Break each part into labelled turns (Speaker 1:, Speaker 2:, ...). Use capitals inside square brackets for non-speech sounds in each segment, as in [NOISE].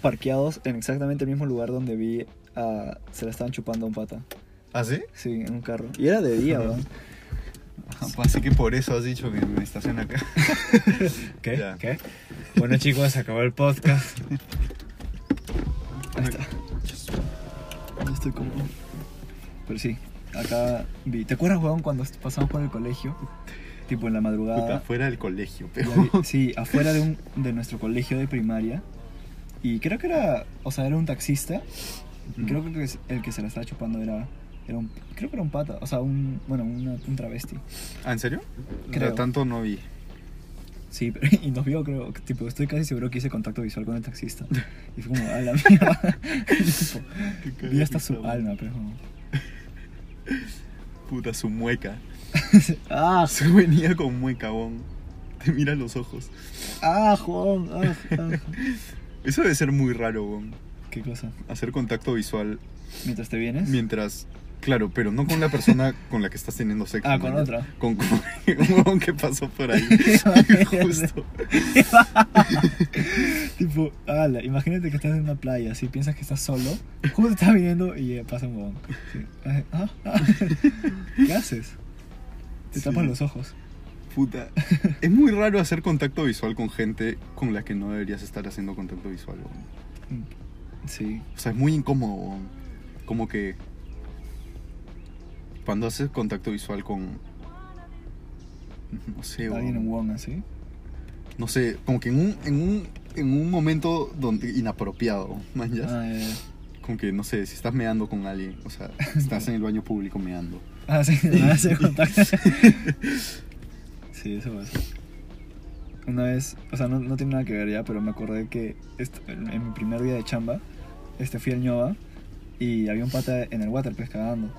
Speaker 1: parqueados en exactamente el mismo lugar donde vi a. Se la estaban chupando a un pata.
Speaker 2: ¿Ah, [LAUGHS] sí?
Speaker 1: Sí, en un carro. Y era de día, weón.
Speaker 2: Pues, Así que por eso has dicho que me estaciona acá.
Speaker 3: [LAUGHS] ¿Qué?
Speaker 2: Ya.
Speaker 3: ¿Qué? Bueno, chicos, se acabó el podcast.
Speaker 1: Ahí está. Ya estoy como. Pero sí, acá vi. ¿Te acuerdas, weón, cuando est- pasamos por el colegio? Tipo en la
Speaker 2: [LAUGHS] Puta,
Speaker 1: madrugada.
Speaker 2: fuera del colegio, pero.
Speaker 1: ya vi- sí, afuera de, un, de nuestro colegio de primaria. Y creo que era. O sea, era un taxista.
Speaker 2: [LAUGHS]
Speaker 1: Y creo que el que se- el que se la estaba chupando era. Era un, creo que era un pata, o sea, un, bueno, una- un travesti.
Speaker 2: ¿Ah, en serio?
Speaker 1: Creo.
Speaker 2: De tanto no vi.
Speaker 1: Sí, pero- [LAUGHS] y nos vio, creo, que, tipo, estoy casi seguro que hice contacto visual con el taxista. Y fue como, a la mierda. Tipo, vi hasta su alma, pero...
Speaker 2: Puta, su mueca.
Speaker 1: ¡Ah!
Speaker 2: [LAUGHS] Se venía con mueca, bon. Te mira los ojos.
Speaker 1: ¡Ah, Juan! ¡Ah, ah.
Speaker 2: Eso debe ser muy raro, bon.
Speaker 1: qué cosa?
Speaker 2: Hacer contacto visual
Speaker 1: ¿Mientras te vienes? [LAUGHS]
Speaker 2: mientras. Claro, pero no con la [LAUGHS] persona con la que estás teniendo sexo.
Speaker 1: Ah, con
Speaker 2: ¿no?
Speaker 1: otra.
Speaker 2: Con [LAUGHS] con un huevón que pasó por [LAUGHS] ahí. Justo.
Speaker 1: tipo, ala, imagínate que estás en una playa, así piensas que estás solo, justo estás viniendo y eh, pasa un huevón.
Speaker 2: [LAUGHS]
Speaker 1: Sí. Ah, ah. [LAUGHS] ¿Qué haces? Te
Speaker 2: Sí.
Speaker 1: tapas los ojos.
Speaker 2: Puta. Es muy raro hacer contacto visual con gente con la que no deberías estar haciendo contacto visual, bon.
Speaker 1: Sí.
Speaker 2: O sea, es muy incómodo. weón. Como que cuando haces contacto visual con no sé,
Speaker 1: Alguien en
Speaker 2: weón.
Speaker 1: Wong, así.
Speaker 2: no sé, como que en un en un en un momento donde inapropiado, man, ya.
Speaker 1: Ah, ya, ya.
Speaker 2: Como que no sé, si estás meando con alguien, o [LAUGHS] sea, estás en el baño público meando.
Speaker 1: Ah, sí, me hace contacto. sí, eso pasa. Una vez, o sea, no, no tiene nada que ver ya, pero me acordé que est- en en mi primer día de chamba, este, fui al ñoba y había un pata en el water pues, cagando.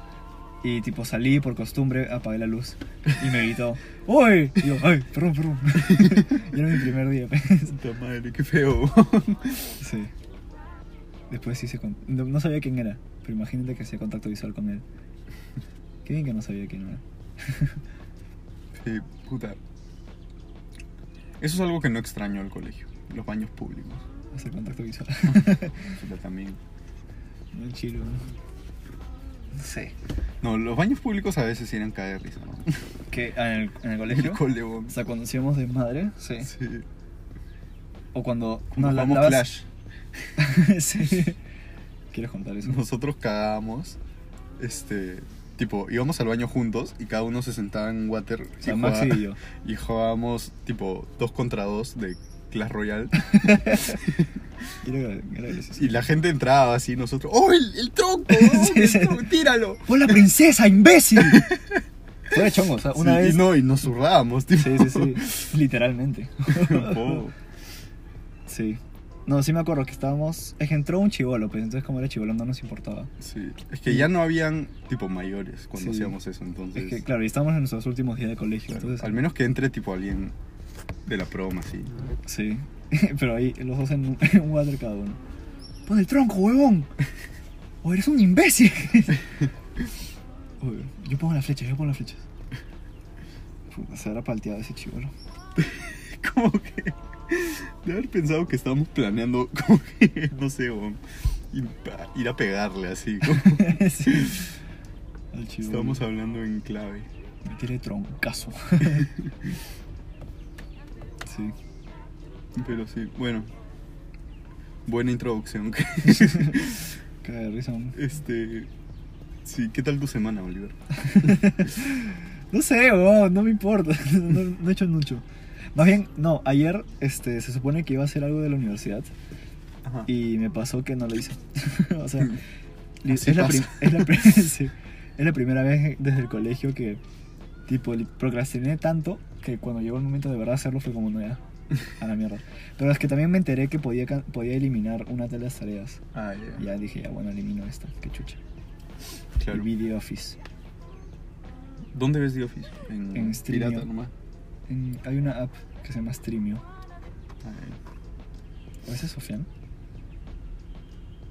Speaker 1: Y tipo salí por costumbre, apagué la luz y me gritó, ¡Uy! Y yo, ¡ay! Perdón, perdón. [LAUGHS] y era mi primer día. pues.
Speaker 2: Puta madre, qué feo.
Speaker 1: sí. Después hice con... no, no sabía quién era, pero imagínate que hacía contacto visual con él. Qué bien que no sabía quién era.
Speaker 2: Sí, puta. Eso es algo que no extraño del colegio, los baños públicos.
Speaker 1: Hacer contacto
Speaker 2: [LAUGHS]
Speaker 1: visual.
Speaker 2: Puta, también.
Speaker 1: No chilo. No sé.
Speaker 2: No, los baños públicos a veces sí eran caer risa. ¿no?
Speaker 1: ¿Qué? Ah, ¿En el, en el
Speaker 2: [LAUGHS] El
Speaker 1: colegio?
Speaker 2: cole, weón.
Speaker 1: O sea, cuando hacíamos desmadre. Sí.
Speaker 2: Sí.
Speaker 1: O cuando.
Speaker 2: Nos
Speaker 1: la-
Speaker 2: jugamos
Speaker 1: lavas- [LAUGHS]
Speaker 2: Clash.
Speaker 1: sí. ¿Quieres contar eso?
Speaker 2: Nosotros cagábamos. Este. Tipo, íbamos al baño juntos y cada uno se sentaba en water
Speaker 1: O
Speaker 2: y,
Speaker 1: sea, Maxi
Speaker 2: jugaba-
Speaker 1: y yo.
Speaker 2: y jugábamos, tipo, dos contra dos de Clash Royale. [LAUGHS]
Speaker 1: Y era, era gracioso.
Speaker 2: y la gente entraba así, nosotros. ¡Oh, el, el tronco!
Speaker 1: [LAUGHS]
Speaker 2: weón!
Speaker 1: Sí,
Speaker 2: el
Speaker 1: sí.
Speaker 2: tronco, ¡Tíralo!
Speaker 1: ¡Fue la princesa,
Speaker 2: [LAUGHS]
Speaker 1: imbécil! Fue de chongo, o sea, una
Speaker 2: Sí,
Speaker 1: vez.
Speaker 2: Y no, y nos zurrábamos, tipo.
Speaker 1: Sí, sí,
Speaker 2: [LAUGHS]
Speaker 1: sí. Literalmente.
Speaker 2: Po.
Speaker 1: Sí. No, sí me acuerdo que estábamos. Es que entró un chivolo, pues entonces, como era chivolo, no nos importaba.
Speaker 2: Sí. Es que ya no habían, tipo, mayores cuando
Speaker 1: Sí.
Speaker 2: hacíamos eso, entonces.
Speaker 1: Es que, claro, y estábamos en nuestros últimos días de colegio.
Speaker 2: claro,
Speaker 1: entonces,
Speaker 2: al menos que entre, tipo, alguien de la broma, así.
Speaker 1: Sí. [LAUGHS] Pero ahí los dos en, en un [LAUGHS] water cada uno. Pon el tronco, huevón. O eres un imbécil. [LAUGHS] Uy, yo pongo las flechas, yo pongo las flechas. Puta, se habrá palteado ese chivolo. [LAUGHS]
Speaker 2: como que de haber pensado que estábamos planeando [LAUGHS] como que, no sé weón, ir pa- ir a pegarle así como
Speaker 1: [LAUGHS] sí. Al chivolo.
Speaker 2: estábamos hablando en clave
Speaker 1: Me tiré troncazo. [LAUGHS] sí.
Speaker 2: pero sí bueno buena introducción [LAUGHS]
Speaker 1: Caga de risa. hombre.
Speaker 2: este sí qué tal tu semana Oliver
Speaker 1: No sé, huevón, no me importa. [LAUGHS] No, no he hecho mucho. Más bien, no, ayer este, se supone que iba a hacer algo de la universidad.
Speaker 2: Ajá.
Speaker 1: Y me pasó que no lo hice. [LAUGHS] o sea, li-
Speaker 2: Así
Speaker 1: es la,
Speaker 2: Ah, pasa.
Speaker 1: prim- es, la prim- [LAUGHS] sí, es la primera vez desde el colegio que tipo li- procrastiné tanto que cuando llegó el momento de verdad hacerlo fue como no ya. A la mierda. Pero es que también me enteré que podía, ca- podía eliminar una de las tareas.
Speaker 2: ah ya,
Speaker 1: Y ya dije, ya bueno, elimino esta. Qué chucha. El
Speaker 2: claro
Speaker 1: video office.
Speaker 2: dónde ves The Office en,
Speaker 1: En Streamio.
Speaker 2: pirata nomás
Speaker 1: En- hay una app que se llama Streamio.
Speaker 2: Ah, ya.
Speaker 1: ¿O ese es Sofian?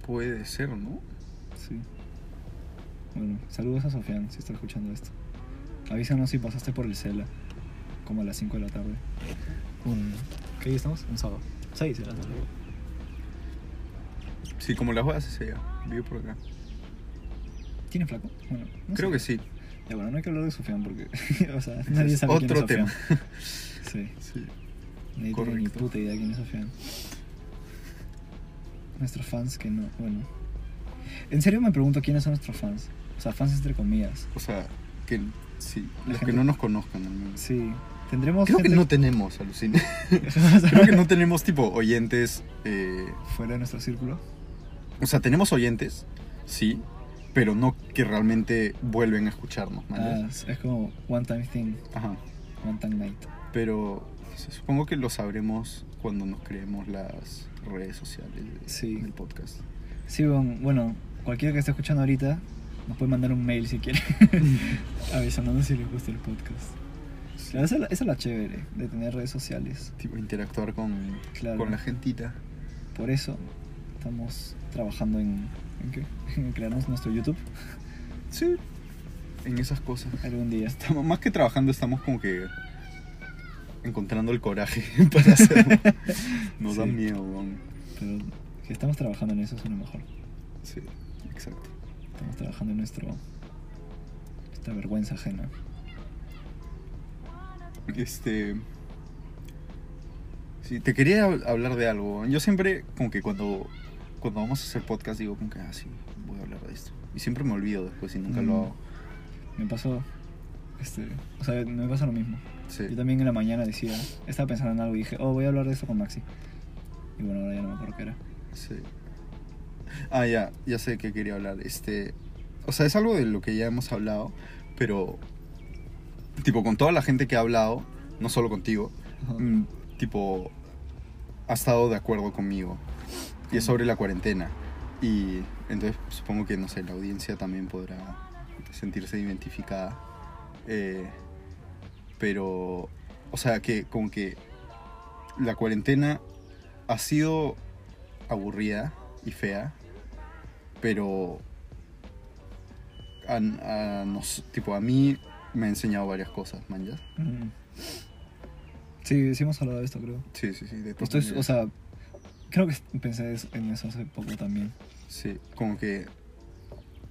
Speaker 2: puede ser no
Speaker 1: Sí. Bueno, saludos a Sofian si está escuchando esto. Avísanos si pasaste por el Cela, como a las 5 de la tarde. Un... ¿Qué día estamos? Un sábado. 6 de la tarde.
Speaker 2: Sí, como las huevas es ella. Vive por acá.
Speaker 1: ¿Tiene flaco? Bueno, no
Speaker 2: Creo
Speaker 1: sé.
Speaker 2: que sí.
Speaker 1: Ya, bueno, no hay que hablar de Sofian porque, [LAUGHS] o sea,
Speaker 2: Ese
Speaker 1: nadie
Speaker 2: es
Speaker 1: sabe quién es
Speaker 2: otro
Speaker 1: Sofian.
Speaker 2: tema.
Speaker 1: Sí,
Speaker 2: Sí.
Speaker 1: nadie tiene ni
Speaker 2: Correcto.
Speaker 1: puta idea quién es Sofian. Nuestros fans que no, bueno. En serio me pregunto quiénes son nuestros fans. O sea, fans entre comillas.
Speaker 2: O sea, que sí.
Speaker 1: La
Speaker 2: Los
Speaker 1: gente-
Speaker 2: que no nos conozcan al menos.
Speaker 1: Sí, tendremos
Speaker 2: Creo que
Speaker 1: gente
Speaker 2: no tenemos, alucina.
Speaker 1: [LAUGHS]
Speaker 2: [LAUGHS] Creo que no tenemos tipo oyentes. eh,
Speaker 1: fuera de nuestro círculo.
Speaker 2: o sea, tenemos oyentes, sí, pero no que realmente vuelven a escucharnos,
Speaker 1: Ah,
Speaker 2: ¿vale?
Speaker 1: es es como one time thing,
Speaker 2: Ajá.
Speaker 1: one time night.
Speaker 2: Pero no sé, supongo que lo sabremos cuando nos creemos las redes sociales de-
Speaker 1: Sí.
Speaker 2: del podcast.
Speaker 1: Sí, bon, bueno, cualquiera que esté escuchando ahorita nos puede mandar un mail si quiere, [LAUGHS] avisándonos si les gusta el podcast. Claro, esa, es la- esa es la chévere de tener redes sociales.
Speaker 2: Tipo, interactuar con,
Speaker 1: Claro.
Speaker 2: con la gentita.
Speaker 1: Por eso estamos trabajando en, ¿en qué? [LAUGHS] En crearnos nuestro YouTube
Speaker 2: Sí. En esas cosas.
Speaker 1: algún día.
Speaker 2: Estamos, más que trabajando, estamos como que encontrando el coraje [LAUGHS] para
Speaker 1: [LAUGHS]
Speaker 2: hacerlo. Nos da
Speaker 1: Sí.
Speaker 2: miedo, weón.
Speaker 1: Pero que estamos trabajando en eso es lo mejor.
Speaker 2: Sí, exacto.
Speaker 1: Estamos trabajando en nuestro... Esta vergüenza ajena.
Speaker 2: Este. Sí, te quería hab- hablar de algo. weón. Yo siempre, como que cuando, cuando vamos a hacer podcast, digo, como que, ah, sí, voy a hablar de esto. Y siempre me olvido después y nunca
Speaker 1: Mm.
Speaker 2: lo hago.
Speaker 1: Me pasó... Este, o sea, me pasa lo mismo.
Speaker 2: Sí.
Speaker 1: Yo también en la mañana decía, estaba pensando en algo y dije, oh, voy a hablar de esto con Maxi. Y bueno, ahora ya no me acuerdo qué era.
Speaker 2: Sí. Ah, ya, ya sé que quería hablar. Este, o sea, es algo de lo que ya hemos hablado, pero tipo con toda la gente que ha hablado, no solo contigo, mm, tipo ha estado de acuerdo conmigo. Y es sobre la cuarentena. Y entonces supongo que no sé, la audiencia también podrá sentirse identificada. Eh, pero, o sea, que como que la cuarentena ha sido aburrida y fea, pero a, a nos- tipo, a mí me ha enseñado varias cosas, man. ¿ya?
Speaker 1: Mm. Sí, sí hemos hablado de esto, creo.
Speaker 2: Sí, sí, sí. De todas
Speaker 1: Esto es, o
Speaker 2: maneras.
Speaker 1: sea, creo que pensé es- en eso hace poco también.
Speaker 2: Sí, como que...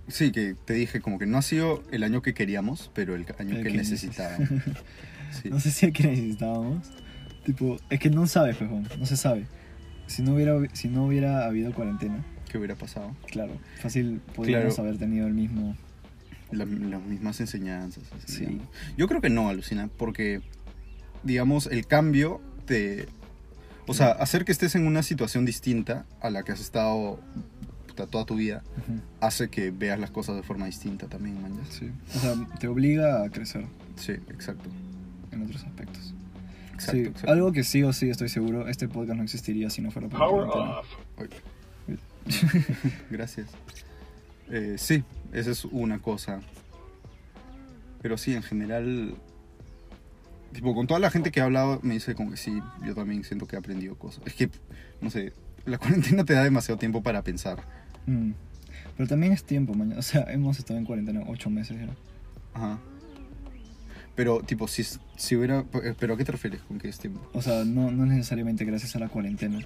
Speaker 2: Sí, que te dije, como que no ha sido el año que queríamos, pero el año
Speaker 1: El
Speaker 2: que
Speaker 1: que
Speaker 2: necesitábamos.
Speaker 1: [LAUGHS]
Speaker 2: Sí.
Speaker 1: No sé si aquí necesitábamos. Tipo, es que no sabes, pues, Juan, no se sabe. Si no hubiera, si no hubiera habido cuarentena,
Speaker 2: ¿Qué hubiera pasado?
Speaker 1: claro, fácil podríamos
Speaker 2: Claro.
Speaker 1: haber tenido el mismo.
Speaker 2: La- las mismas enseñanzas. así,
Speaker 1: Sí.
Speaker 2: digamos. Yo creo que no, alucina, porque, digamos, el cambio te... O sea, hacer que estés en una situación distinta a la que has estado puta, toda tu vida
Speaker 1: Ujú.
Speaker 2: hace que veas las cosas de forma distinta también, man. ¿ya?
Speaker 1: Sí. O sea, te obliga a crecer
Speaker 2: Sí, exacto.
Speaker 1: en otros aspectos.
Speaker 2: exacto,
Speaker 1: sí,
Speaker 2: exacto.
Speaker 1: algo que sí o sí estoy seguro, este podcast no existiría si no fuera por la cuarentena.
Speaker 2: Ay. [LAUGHS] Gracias. Eh, sí, esa es una cosa. Pero sí, en general, tipo, con toda la gente que ha hablado, me dice como que sí, yo también siento que he aprendido cosas. Es que, no sé, la [LAUGHS] cuarentena te da demasiado tiempo para pensar.
Speaker 1: Mm. Pero también es tiempo, mañana. O sea, hemos estado en cuarentena ocho meses ya.
Speaker 2: Ajá. Pero, tipo, si, si hubiera... ¿Pero a qué te refieres con que es tiempo?
Speaker 1: O sea, no, no necesariamente gracias a la cuarentena.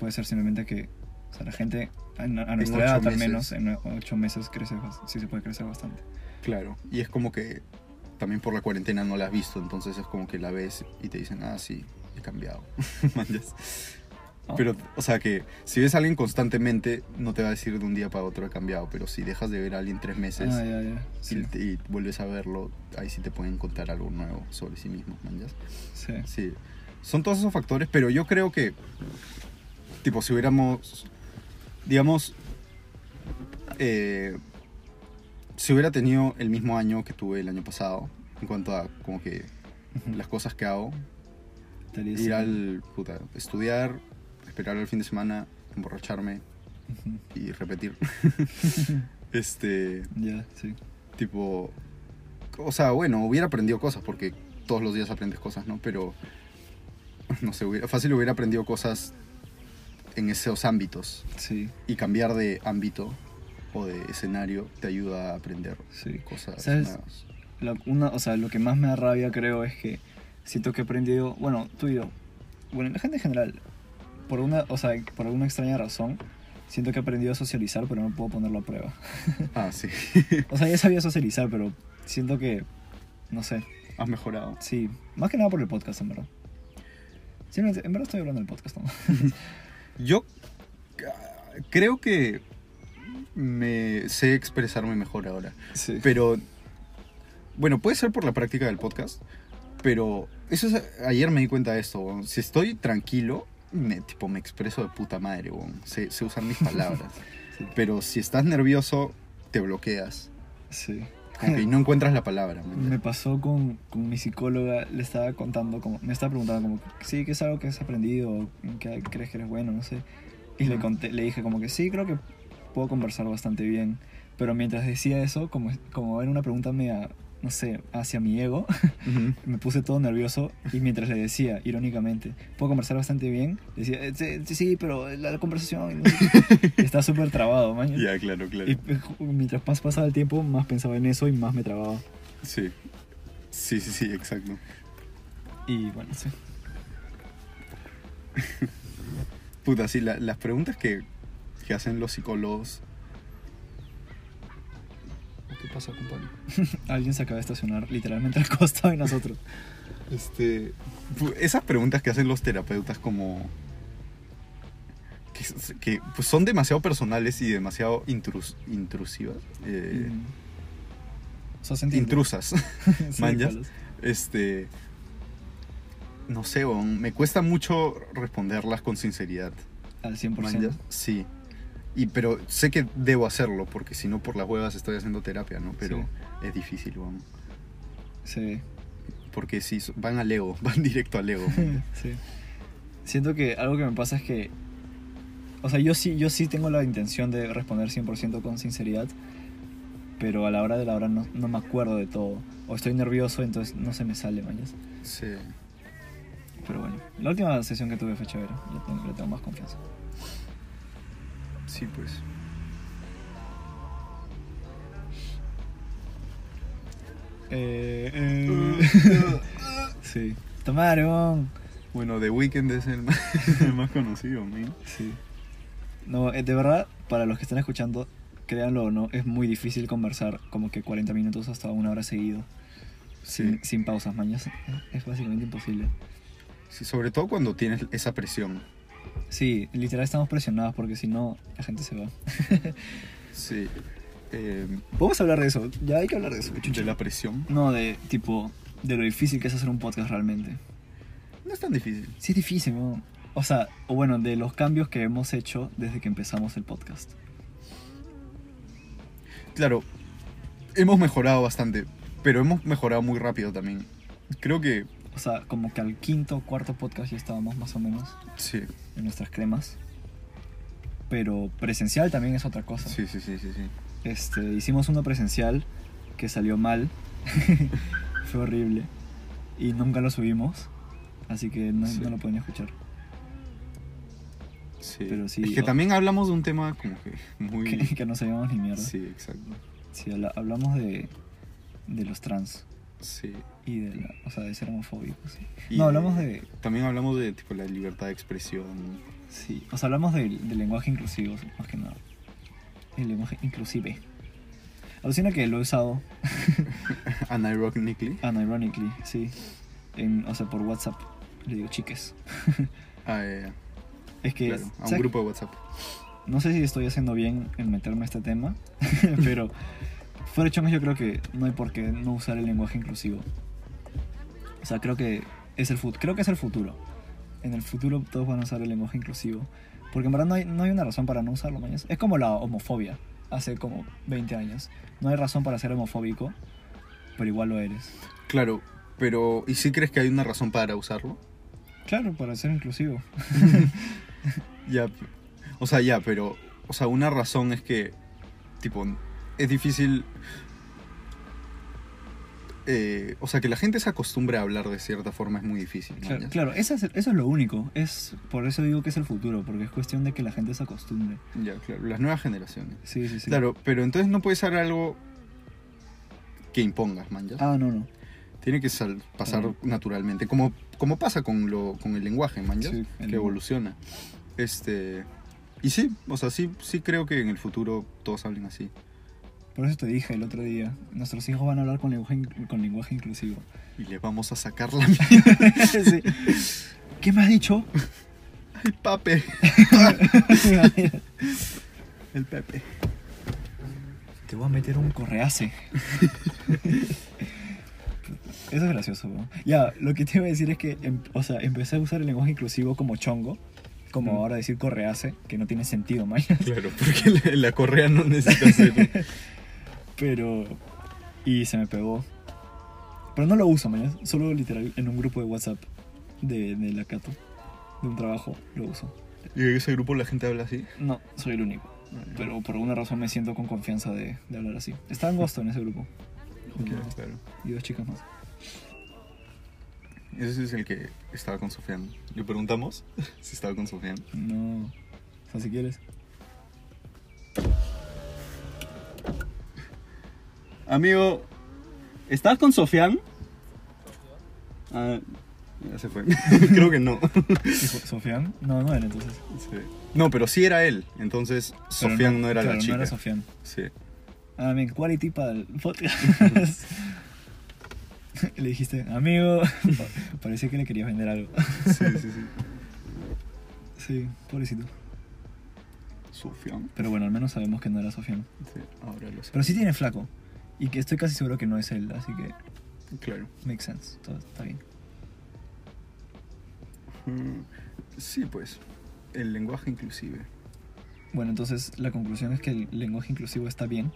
Speaker 1: Puede ser simplemente que o sea, la gente a, a nuestra
Speaker 2: ocho
Speaker 1: edad al
Speaker 2: meses.
Speaker 1: menos en ocho meses crece, bas- sí se puede crecer bastante.
Speaker 2: Claro. Y es como que también por la cuarentena no la has visto, entonces es como que la ves y te dicen, ah, sí, he cambiado. [LAUGHS] Manjas.
Speaker 1: Ah.
Speaker 2: Pero, o sea que si ves a alguien constantemente, no te va a decir de un día para otro he cambiado, pero si dejas de ver a alguien tres meses
Speaker 1: Ah, ya, ya.
Speaker 2: y-
Speaker 1: Sí,
Speaker 2: y, vuelves a verlo, ahí sí te pueden contar algo nuevo sobre sí mismo, manjas.
Speaker 1: sí.
Speaker 2: Sí, son todos esos factores, pero yo creo que, tipo, si hubiéramos, digamos, eh, si hubiera tenido el mismo año que tuve el año pasado, en cuanto a como que
Speaker 1: [LAUGHS]
Speaker 2: las cosas que hago,
Speaker 1: Estaría así.
Speaker 2: ir al, puta, estudiar, esperar el fin de semana, emborracharme
Speaker 1: Ujú.
Speaker 2: y repetir. [LAUGHS] este,
Speaker 1: [LAUGHS] Ya, sí.
Speaker 2: tipo, o sea, bueno, hubiera aprendido cosas porque todos los días aprendes cosas, ¿no? Pero, no sé, hubiera- fácil hubiera aprendido cosas en esos ámbitos
Speaker 1: Sí,
Speaker 2: y cambiar de ámbito o de escenario te ayuda a aprender
Speaker 1: sí.
Speaker 2: cosas
Speaker 1: ¿Sabes?
Speaker 2: nuevas.
Speaker 1: Lo, una, o sea, lo que más me da rabia creo es que siento que he aprendido, bueno, tú y yo, bueno, la gente en general, por una, o sea, por alguna extraña razón, siento que he aprendido a socializar, pero no puedo ponerlo a prueba.
Speaker 2: Ah, sí. [LAUGHS]
Speaker 1: O sea, ya sabía socializar, pero siento que, no sé,
Speaker 2: Has mejorado.
Speaker 1: sí, más que nada por el podcast, en verdad. Sí, en verdad estoy hablando del podcast, ¿no?
Speaker 2: Yo c- creo que me sé expresarme mejor ahora.
Speaker 1: Sí.
Speaker 2: Pero, bueno, puede ser por la práctica del podcast, pero eso es, ayer me di cuenta de esto, weón. si estoy tranquilo, me, tipo, me expreso de puta madre, weón. sé, sé usar mis palabras,
Speaker 1: Sí.
Speaker 2: pero si estás nervioso, te bloqueas,
Speaker 1: Sí.
Speaker 2: como que no encuentras la palabra. ¿me
Speaker 1: Me
Speaker 2: entiendes?
Speaker 1: pasó con, con mi psicóloga, le estaba contando, como, me estaba preguntando como, sí, ¿qué es algo que has aprendido? O ¿Qué crees que eres bueno? No sé. Y le,
Speaker 2: Ujú.
Speaker 1: conté, le dije como que sí, creo que puedo conversar bastante bien. Pero mientras decía eso, como, como era una pregunta media, no sé, hacia mi ego, [LAUGHS]
Speaker 2: Ujú.
Speaker 1: me puse todo nervioso y mientras le decía, irónicamente, puedo conversar bastante bien, decía, "Eh, sí, sí, sí, pero la, la conversación no
Speaker 2: [LAUGHS]
Speaker 1: sé". Y está súper trabado, maño.
Speaker 2: Ya, claro, claro.
Speaker 1: Y eh, ju- mientras más pasaba el tiempo, más pensaba en eso y más me trababa.
Speaker 2: Sí. Sí, sí, sí, exacto.
Speaker 1: Y bueno, sí.
Speaker 2: Puta, sí, la- las preguntas que, que hacen los psicólogos.
Speaker 1: ¿Qué pasa, compadre? Alguien se acaba de estacionar literalmente al costado de nosotros.
Speaker 2: Este, pu- esas preguntas que hacen los terapeutas como... Que, s- que, pues, son demasiado personales y demasiado intrus- intrusivas. eh,
Speaker 1: Mm. O sea, se entiende. [LAUGHS]
Speaker 2: intrusas. [LAUGHS]
Speaker 1: Sí,
Speaker 2: manjas.
Speaker 1: palos.
Speaker 2: Este... No sé, weón, me cuesta mucho responderlas con sinceridad.
Speaker 1: Al 100%.
Speaker 2: Manjas, Sí. Y, pero sé que debo hacerlo, porque si no, por las huevas estoy haciendo terapia, ¿no? Pero es difícil, weón.
Speaker 1: Sí,
Speaker 2: Porque si van al ego, [LAUGHS] van directo al ego. [LAUGHS] man.
Speaker 1: sí. Siento que algo que me pasa es que... O sea, yo sí, yo sí tengo la intención de responder 100% con sinceridad, pero a la hora de la hora no, no me acuerdo de todo. O estoy nervioso, entonces no se me sale, mañas.
Speaker 2: sí.
Speaker 1: Pero bueno, la última sesión que tuve fue chévere. Ya tengo, le tengo más confianza.
Speaker 2: Sí, pues. [LAUGHS]
Speaker 1: Eh, eh. [LAUGHS] sí. Tomaron.
Speaker 2: bueno, The Weeknd es el [LAUGHS] más, el más conocido, man.
Speaker 1: Sí. No, eh, de verdad, para los que están escuchando, créanlo o no, es muy difícil conversar como que 40 minutos hasta una hora seguido,
Speaker 2: Sí. Mm.
Speaker 1: sin, sin pausas, mañas. Es básicamente imposible.
Speaker 2: Sí, Sobre todo cuando tienes esa presión.
Speaker 1: Sí, literal estamos presionados porque si no, la gente se va.
Speaker 2: Sí. Eh,
Speaker 1: Podemos hablar de eso, ya hay que hablar de eso.
Speaker 2: de la presión.
Speaker 1: No, de tipo, de lo difícil que es hacer un podcast realmente.
Speaker 2: No es tan difícil.
Speaker 1: Sí, es difícil, ¿no? O sea, o bueno, de los cambios que hemos hecho desde que empezamos el podcast.
Speaker 2: Claro, hemos mejorado bastante, pero hemos mejorado muy rápido también. Creo que
Speaker 1: O sea, como que al quinto o cuarto podcast ya estábamos más o menos.
Speaker 2: sí.
Speaker 1: en nuestras cremas. Pero presencial también es otra cosa.
Speaker 2: Sí, sí, sí, sí, sí.
Speaker 1: Este, hicimos uno presencial que salió mal. [LAUGHS] Fue horrible. Y nunca lo subimos. Así que no,
Speaker 2: Sí.
Speaker 1: no lo pueden escuchar.
Speaker 2: Sí.
Speaker 1: Pero sí, ah.
Speaker 2: es que
Speaker 1: o-
Speaker 2: también hablamos de un tema como que muy...
Speaker 1: Que, que no sabíamos ni mierda.
Speaker 2: Sí, exacto.
Speaker 1: Sí, habla- hablamos de, de los trans.
Speaker 2: Sí.
Speaker 1: Y de, la, o sea, de ser homofóbicos. sí.
Speaker 2: Y
Speaker 1: no, hablamos de...
Speaker 2: También hablamos de tipo la libertad de expresión. [LAUGHS]
Speaker 1: Sí, o sea, hablamos del del lenguaje inclusivo, más que nada. El lenguaje inclusive. Alucina que lo he usado
Speaker 2: Unironically.
Speaker 1: Ah, Unironically, sí. En- o sea, por WhatsApp le digo chiques.
Speaker 2: Ah, ya, ya.
Speaker 1: Es que
Speaker 2: Claro, a un
Speaker 1: ¿sabes?
Speaker 2: grupo de WhatsApp.
Speaker 1: no sé si estoy haciendo bien en meterme a este tema, [LAUGHS] pero fuera de chongas yo creo que no hay por qué no usar el lenguaje inclusivo. O sea, creo que es el fut creo que es el futuro. En el futuro todos van a usar el lenguaje inclusivo, porque en verdad no hay, no hay una razón para no usarlo, mañas. Es como la homofobia hace como 20 años. No hay razón para ser homofóbico, pero igual lo eres.
Speaker 2: Claro, pero ¿y si crees que hay una razón para usarlo?
Speaker 1: Claro, para ser inclusivo.
Speaker 2: Ya, p- o sea, ya, pero, o sea, una razón es que, tipo, es difícil, eh, o sea, que la gente se acostumbre a hablar de cierta forma es muy difícil. ¿no?
Speaker 1: Claro,
Speaker 2: Ya.
Speaker 1: claro, eso es, eso es lo único. Es, por eso digo que es el futuro, porque es cuestión de que la gente se acostumbre.
Speaker 2: Ya, claro, las nuevas generaciones.
Speaker 1: Sí, sí, sí.
Speaker 2: Claro, pero entonces no puede ser algo que impongas, man. ya.
Speaker 1: Ah, no, no.
Speaker 2: Tiene que sal- pasar
Speaker 1: Claro.
Speaker 2: naturalmente, como, como pasa con, lo, con el lenguaje, man. ya.
Speaker 1: Sí,
Speaker 2: que
Speaker 1: el-
Speaker 2: evoluciona. Este. Y sí, o sea, sí, sí creo que en el futuro todos hablen así.
Speaker 1: Por eso te dije el otro día, nuestros hijos van a hablar con lenguaje, in- con lenguaje inclusivo. [LAUGHS]
Speaker 2: Y les vamos a sacar la [LAUGHS] mierda
Speaker 1: Sí. ¿Qué me has dicho? [LAUGHS]
Speaker 2: al pape.
Speaker 1: el Pepe. Te voy a meter un correace. [LAUGHS] Eso es gracioso. ¿no? Ya, lo que te iba a decir es que, em- o sea, empecé a usar el lenguaje inclusivo como chongo, como
Speaker 2: Mm.
Speaker 1: ahora decir correace, que no tiene sentido, [LAUGHS] man.
Speaker 2: Claro, porque la, la correa no necesita ser.
Speaker 1: Pero. Y se me pegó. Pero no lo uso, mañana. Solo literal en un grupo de WhatsApp de, de la Cato. De un trabajo lo uso.
Speaker 2: Y en ese grupo la gente habla así.
Speaker 1: No, soy el único.
Speaker 2: Mm.
Speaker 1: Pero por alguna razón me siento con confianza de, de hablar así. Está Angosto en ese grupo.
Speaker 2: Ok,
Speaker 1: Mm.
Speaker 2: claro.
Speaker 1: Y dos chicas más.
Speaker 2: Ese es el que estaba con Sofian. Le preguntamos [LAUGHS] si estaba con Sofian.
Speaker 1: No. O sea, si
Speaker 2: [LAUGHS]
Speaker 1: quieres.
Speaker 4: Amigo, ¿estás con Sofian? Ah,
Speaker 2: Ya se fue. [LAUGHS] Creo que no.
Speaker 1: Dijo, ¿Sofian? No, no era entonces.
Speaker 2: Sí. No, pero sí era él. Entonces
Speaker 1: Pero
Speaker 2: Sofian no, era
Speaker 1: claro,
Speaker 2: la chica.
Speaker 1: No era Sofian.
Speaker 2: sí.
Speaker 1: Ah, bien, quality para el podcast.
Speaker 2: [LAUGHS]
Speaker 1: [LAUGHS] le dijiste, amigo. [LAUGHS] pa- Parecía que le querías vender algo. [LAUGHS]
Speaker 2: sí, sí, sí.
Speaker 1: Sí, pobrecito.
Speaker 2: Sofian.
Speaker 1: Pero bueno, al menos sabemos que no era Sofian.
Speaker 2: Sí, ahora lo sé.
Speaker 1: [LAUGHS] Pero sí tiene flaco. Y que estoy casi seguro que no es él, así que
Speaker 2: Claro.
Speaker 1: makes sense. Todo está bien.
Speaker 2: Mm, Sí, pues. El lenguaje inclusive.
Speaker 1: Bueno, entonces la conclusión es que el lenguaje inclusivo está bien.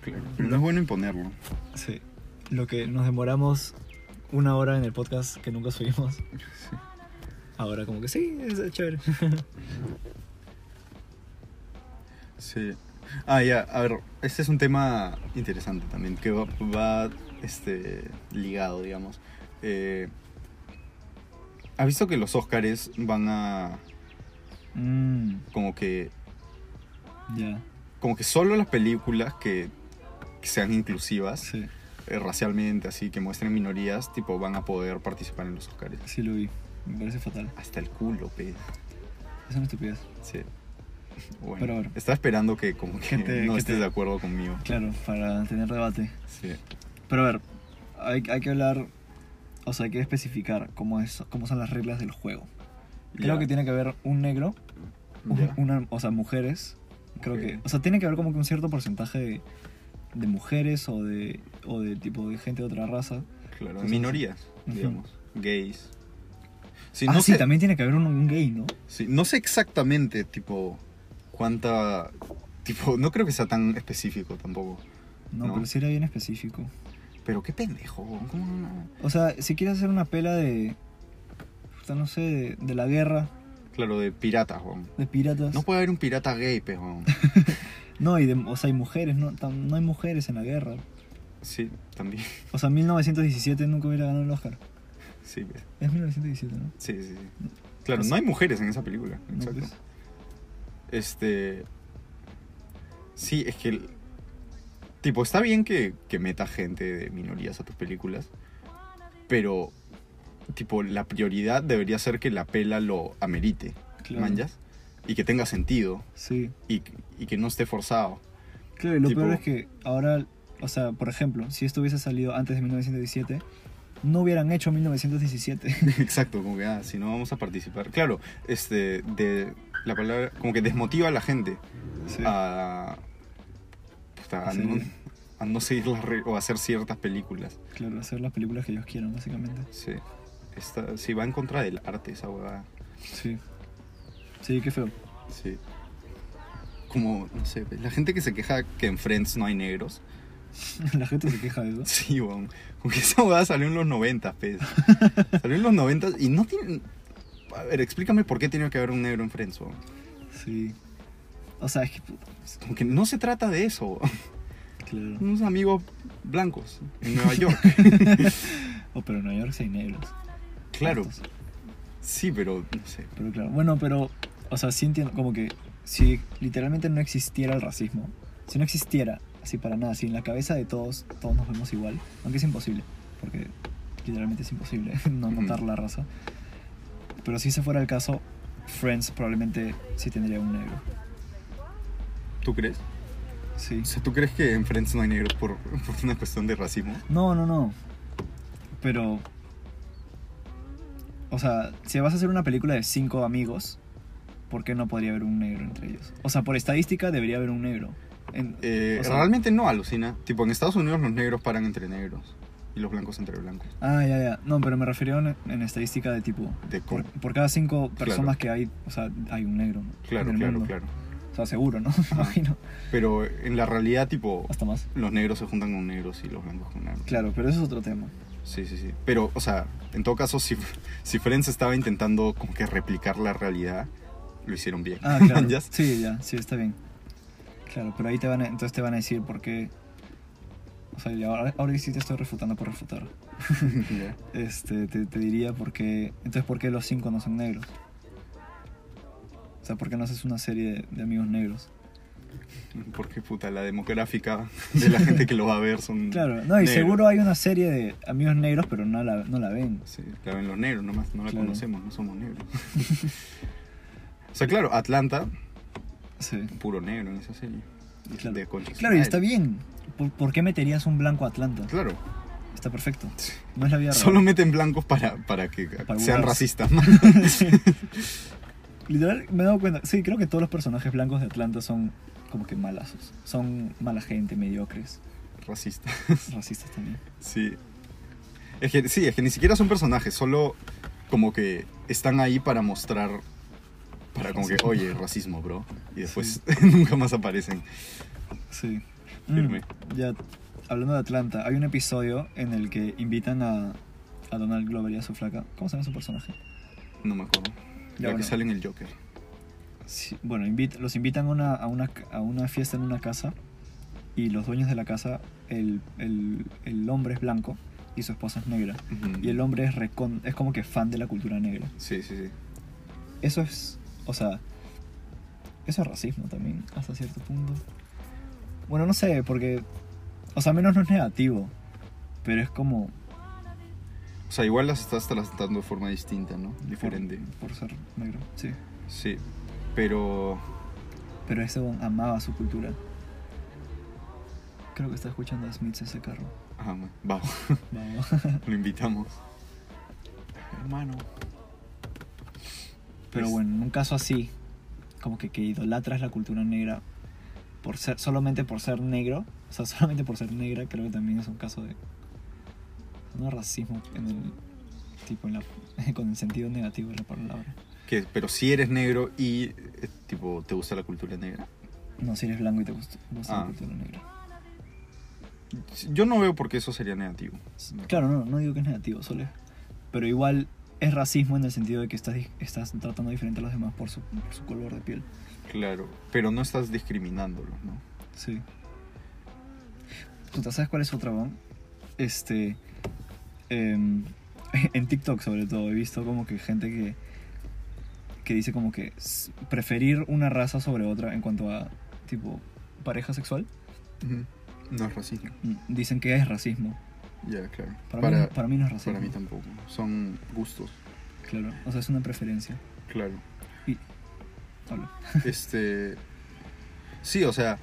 Speaker 2: Claro. No es bueno imponerlo.
Speaker 1: Sí. Lo que nos demoramos una hora en el podcast que nunca subimos.
Speaker 2: Sí.
Speaker 1: Ahora como que sí, es chévere.
Speaker 2: Sí. Ah, ya, a ver, este es un tema interesante también, que va, va, este, ligado, digamos. Eh, ¿Has visto que los Oscars van a,
Speaker 1: Mmm,
Speaker 2: como que,
Speaker 1: ya.
Speaker 2: como que solo las películas que, que sean inclusivas,
Speaker 1: Sí,
Speaker 2: eh, racialmente, así, que muestren minorías, tipo, van a poder participar en los Oscars?
Speaker 1: sí lo vi. Me parece fatal.
Speaker 2: Hasta el culo, pe.
Speaker 1: Es una estupidez.
Speaker 2: Sí. [LAUGHS] Bueno,
Speaker 1: Pero bueno.
Speaker 2: estaba esperando que como que,
Speaker 1: Que te-
Speaker 2: no
Speaker 1: que
Speaker 2: estés
Speaker 1: te-
Speaker 2: de acuerdo conmigo.
Speaker 1: Claro, para tener debate.
Speaker 2: Sí.
Speaker 1: Pero a ver, hay, hay que hablar, o sea, hay que especificar cómo, es, cómo son las reglas del juego. Creo
Speaker 2: Ya,
Speaker 1: que tiene que haber un negro, un-
Speaker 2: ya.
Speaker 1: una, o sea, mujeres. Creo
Speaker 2: Ok.
Speaker 1: que, o sea, tiene que haber como que un cierto porcentaje de, de mujeres o de, o de tipo de gente de otra raza.
Speaker 2: Claro,
Speaker 1: Cosas
Speaker 2: minorías,
Speaker 1: Ujú.
Speaker 2: digamos. Gays. Sí,
Speaker 1: ah,
Speaker 2: no
Speaker 1: sí,
Speaker 2: sé,
Speaker 1: también tiene que haber un, un gay, ¿no?
Speaker 2: sí, no sé exactamente, tipo, cuánta. Tipo, no creo que sea tan específico tampoco.
Speaker 1: No,
Speaker 2: No.
Speaker 1: pero sí era bien específico.
Speaker 2: Pero qué pendejo, weón, ¿cómo no?
Speaker 1: O sea, si quieres hacer una pela de, puta, no sé, de, de la guerra,
Speaker 2: Claro, de piratas, weón.
Speaker 1: de piratas.
Speaker 2: No puede haber un pirata gay, pues, weón.
Speaker 1: No, y de, o sea, hay mujeres, no, Tam- no hay mujeres en la guerra.
Speaker 2: Sí, también. [LAUGHS]
Speaker 1: O sea, 1917 nunca hubiera ganado el Oscar.
Speaker 2: Sí, pues.
Speaker 1: Es 1917, ¿no?
Speaker 2: sí, sí, sí. Claro, no hay mujeres en esa película.
Speaker 1: No,
Speaker 2: Exacto.
Speaker 1: pues.
Speaker 2: Este. Sí, es que. el- Tipo, está bien que, que meta gente de minorías a tus películas, pero. Tipo, la prioridad debería ser que la pela lo amerite,
Speaker 1: Claro.
Speaker 2: manjas, y que tenga sentido,
Speaker 1: Sí.
Speaker 2: y, y que no esté
Speaker 1: [LAUGHS]
Speaker 2: forzado.
Speaker 1: Claro, y lo
Speaker 2: Tipo-
Speaker 1: peor es que ahora, o sea, por ejemplo, si esto hubiese salido antes de 1917, no hubieran hecho 1917.
Speaker 2: Exacto, como que, ah, si no vamos a participar. Claro, este, de la palabra, como que desmotiva a la gente
Speaker 1: [LAUGHS] Sí.
Speaker 2: Ah. a. puta, a
Speaker 1: Sí.
Speaker 2: no, a no seguir las re- o a hacer ciertas películas.
Speaker 1: Claro, hacer las películas que ellos quieran, básicamente.
Speaker 2: Sí. Está, sí, va en contra del arte esa huevada.
Speaker 1: Sí. Sí, qué feo. [LAUGHS]
Speaker 2: Sí. Como, no sé, la gente que se queja que en Friends no hay negros. [LAUGHS]
Speaker 1: La gente se queja de eso.
Speaker 2: Sí, weón. Como que esa huevada salió en los 90, [LAUGHS] pez. salió en los 90 y no tienen... A ver, explícame por qué tenía que haber un negro en Friends, weón.
Speaker 1: Sí. O sea, es que... puta,
Speaker 2: Como que no se trata de eso, weón. [LAUGHS]
Speaker 1: Claro.
Speaker 2: Unos amigos blancos en Nueva York. [LAUGHS]
Speaker 1: Oh, pero en Nueva York sí hay negros.
Speaker 2: claro.
Speaker 1: Hartos.
Speaker 2: Sí, pero, no sé.
Speaker 1: Pero claro, bueno, pero, o sea, sí entiendo, como que si literalmente no existiera el racismo, si no existiera, así para nada, si en la cabeza de todos, todos nos vemos igual, aunque es imposible, porque literalmente es imposible [LAUGHS] no
Speaker 2: Ujú.
Speaker 1: notar la raza, pero si ese fuera el caso, Friends probablemente sí tendría un negro.
Speaker 2: ¿Tú crees?
Speaker 1: Sí.
Speaker 2: O sea, ¿tú crees que en Friends no hay negros por, [LAUGHS] por una cuestión de racismo?
Speaker 1: No, no, no. Pero. O sea, si vas a hacer una película de cinco amigos, ¿por qué no podría haber un negro entre ellos? O sea, por estadística debería haber un negro. En-
Speaker 2: Eh,
Speaker 1: o sea-
Speaker 2: realmente no alucina. Tipo, en Estados Unidos los negros paran entre negros y los blancos entre blancos.
Speaker 1: Ah, ya, ya. No, pero me refería en, en estadística de tipo.
Speaker 2: De co-
Speaker 1: Por, por cada cinco personas que hay, o sea, hay un negro. ¿no?
Speaker 2: claro,
Speaker 1: En el
Speaker 2: claro,
Speaker 1: mundo.
Speaker 2: claro.
Speaker 1: O sea, seguro, ¿no? [LAUGHS] Me imagino.
Speaker 2: Pero en la realidad, tipo,
Speaker 1: Hasta más.
Speaker 2: los negros se juntan con negros y los blancos con negros.
Speaker 1: Claro, pero eso es otro tema.
Speaker 2: Sí, sí, sí. Pero, o sea, en todo caso, si, [LAUGHS] si Friends estaba intentando como que replicar la realidad, lo hicieron bien.
Speaker 1: Ah, claro.
Speaker 2: [LAUGHS]
Speaker 1: [LAUGHS]
Speaker 2: ¿Ya?
Speaker 1: sí, ya, sí, está bien. Claro, pero ahí te van a, entonces te van a decir por qué. O sea, ya ahora, ahora sí te estoy refutando por refutar.
Speaker 2: Ya.
Speaker 1: Este, te, te diría por qué. Entonces, ¿por qué los cinco no son negros? O sea, ¿por qué no haces una serie de, de amigos negros?
Speaker 2: Porque, puta, la demográfica de la gente que lo va a ver son...
Speaker 1: Claro, no, y
Speaker 2: negros.
Speaker 1: seguro hay una serie de amigos negros, pero no la, no la ven.
Speaker 2: Sí, la ven los negros nomás, no la
Speaker 1: Claro.
Speaker 2: conocemos, no somos
Speaker 1: [LAUGHS]
Speaker 2: negros. o sea, claro, Atlanta,
Speaker 1: Sí.
Speaker 2: puro negro en esa serie.
Speaker 1: Claro.
Speaker 2: De concha
Speaker 1: Claro, y
Speaker 2: madre.
Speaker 1: está bien. ¿Por, por qué meterías un blanco a Atlanta?
Speaker 2: Claro,
Speaker 1: Está perfecto. No es la vida real.
Speaker 2: [LAUGHS] solo meten blancos para, para que
Speaker 1: Para
Speaker 2: sean
Speaker 1: burlarse.
Speaker 2: racistas.
Speaker 1: [LAUGHS] Literal, me he dado cuenta. Sí, creo que todos los personajes blancos de Atlanta son como que malazos. Son mala gente, [LAUGHS] mediocres,
Speaker 2: Racistas.
Speaker 1: racistas también.
Speaker 2: Sí. Es que, sí, es que ni siquiera son personajes, solo como que están ahí para mostrar, para como que, oye, racismo, bro. Y después [LAUGHS] nunca más aparecen.
Speaker 1: Sí.
Speaker 2: Firme.
Speaker 1: Mm, ya, hablando de Atlanta, hay un episodio en el que invitan a, a Donald Glover y a su flaca. ¿Cómo se llama su personaje?
Speaker 2: No me acuerdo.
Speaker 1: Ya,
Speaker 2: Ya
Speaker 1: bueno.
Speaker 2: que sale en el Joker.
Speaker 1: Sí, bueno, invit- los invitan a una, a, una, a una fiesta en una casa y los dueños de la casa, el, el, el hombre es blanco y su esposa es negra.
Speaker 2: Ujú.
Speaker 1: Y el hombre es, recon- es como que fan de la cultura negra.
Speaker 2: Sí, sí, sí.
Speaker 1: Eso es, o sea, eso es racismo también, hasta cierto punto. Bueno, no sé, porque, o sea, al menos no es negativo, pero es como...
Speaker 2: O sea, igual las estás tratando de forma distinta, ¿no?
Speaker 1: por-
Speaker 2: Diferente.
Speaker 1: Por, ser negro, sí.
Speaker 2: Sí. Pero
Speaker 1: Pero ese weón amaba su cultura. Creo que está escuchando a Smith ese carro.
Speaker 2: Ah, man. Vamos,
Speaker 1: Vamos.
Speaker 2: [LAUGHS] lo invitamos. Hermano.
Speaker 1: Pero
Speaker 2: Es-
Speaker 1: bueno, en un caso así, como que, que idolatras la cultura negra por ser, solamente por ser negro, o sea, [LAUGHS] solamente por ser negra, creo que también es un caso de no racismo en el tipo en la, [LAUGHS] con el sentido negativo de la palabra.
Speaker 2: Que, pero si eres negro y, eh, tipo, te gusta la cultura negra.
Speaker 1: No, si eres blanco y te gusta, gusta la
Speaker 2: Ah.
Speaker 1: cultura negra.
Speaker 2: Yo no veo por qué eso sería negativo.
Speaker 1: Claro, no, no digo que es negativo, solo es- pero igual es racismo en el sentido de que estás, di- estás tratando diferente a los demás por su, por su color de piel.
Speaker 2: Claro, pero no estás discriminándolos, ¿no?
Speaker 1: Sí. Puta, ¿sabes cuál es otra, weón? Este. em, [LAUGHS] en TikTok, sobre todo, he visto como que gente que. que dice como que s- preferir una raza sobre otra en cuanto a, tipo, pareja sexual.
Speaker 2: No es racismo.
Speaker 1: mm, Dicen que es racismo.
Speaker 2: Ya, claro.
Speaker 1: Para,
Speaker 2: para,
Speaker 1: mí, no- para mí no es racismo.
Speaker 2: para mí tampoco. Son gustos,
Speaker 1: Claro, o sea, es una preferencia.
Speaker 2: claro.
Speaker 1: Habla.
Speaker 2: este. Sí, o sea,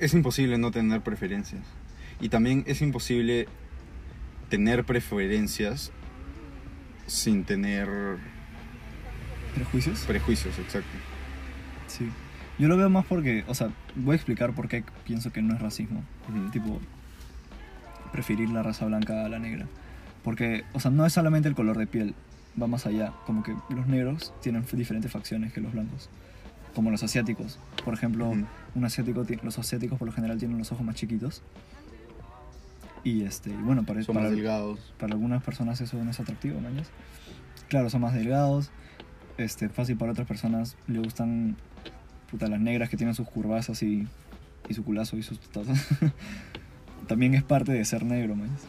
Speaker 2: es imposible no tener preferencias. Y también es imposible tener preferencias sin tener Pues
Speaker 1: ¿Prejuicios?
Speaker 2: prejuicios, exacto.
Speaker 1: Sí. Yo lo veo más porque, o sea, voy a explicar por qué pienso que no es racismo.
Speaker 2: Ujú.
Speaker 1: tipo preferir la raza blanca a la negra. Porque, o sea, no es solamente el color de piel, va más allá. Como que los negros tienen f- diferentes facciones que los blancos. Como los asiáticos. Por ejemplo,
Speaker 2: Ujú.
Speaker 1: un asiático ti- los asiáticos por lo general tienen los ojos más chiquitos. Y este, y bueno, para,
Speaker 2: Son
Speaker 1: para-
Speaker 2: más delgados.
Speaker 1: para algunas personas eso no es atractivo, mañas. Claro, son más delgados. Este, fácil para otras personas le gustan puta, las negras que tienen sus curvazas y, y su culazo y sus tetas. [LAUGHS] También es parte de ser negro, mañas.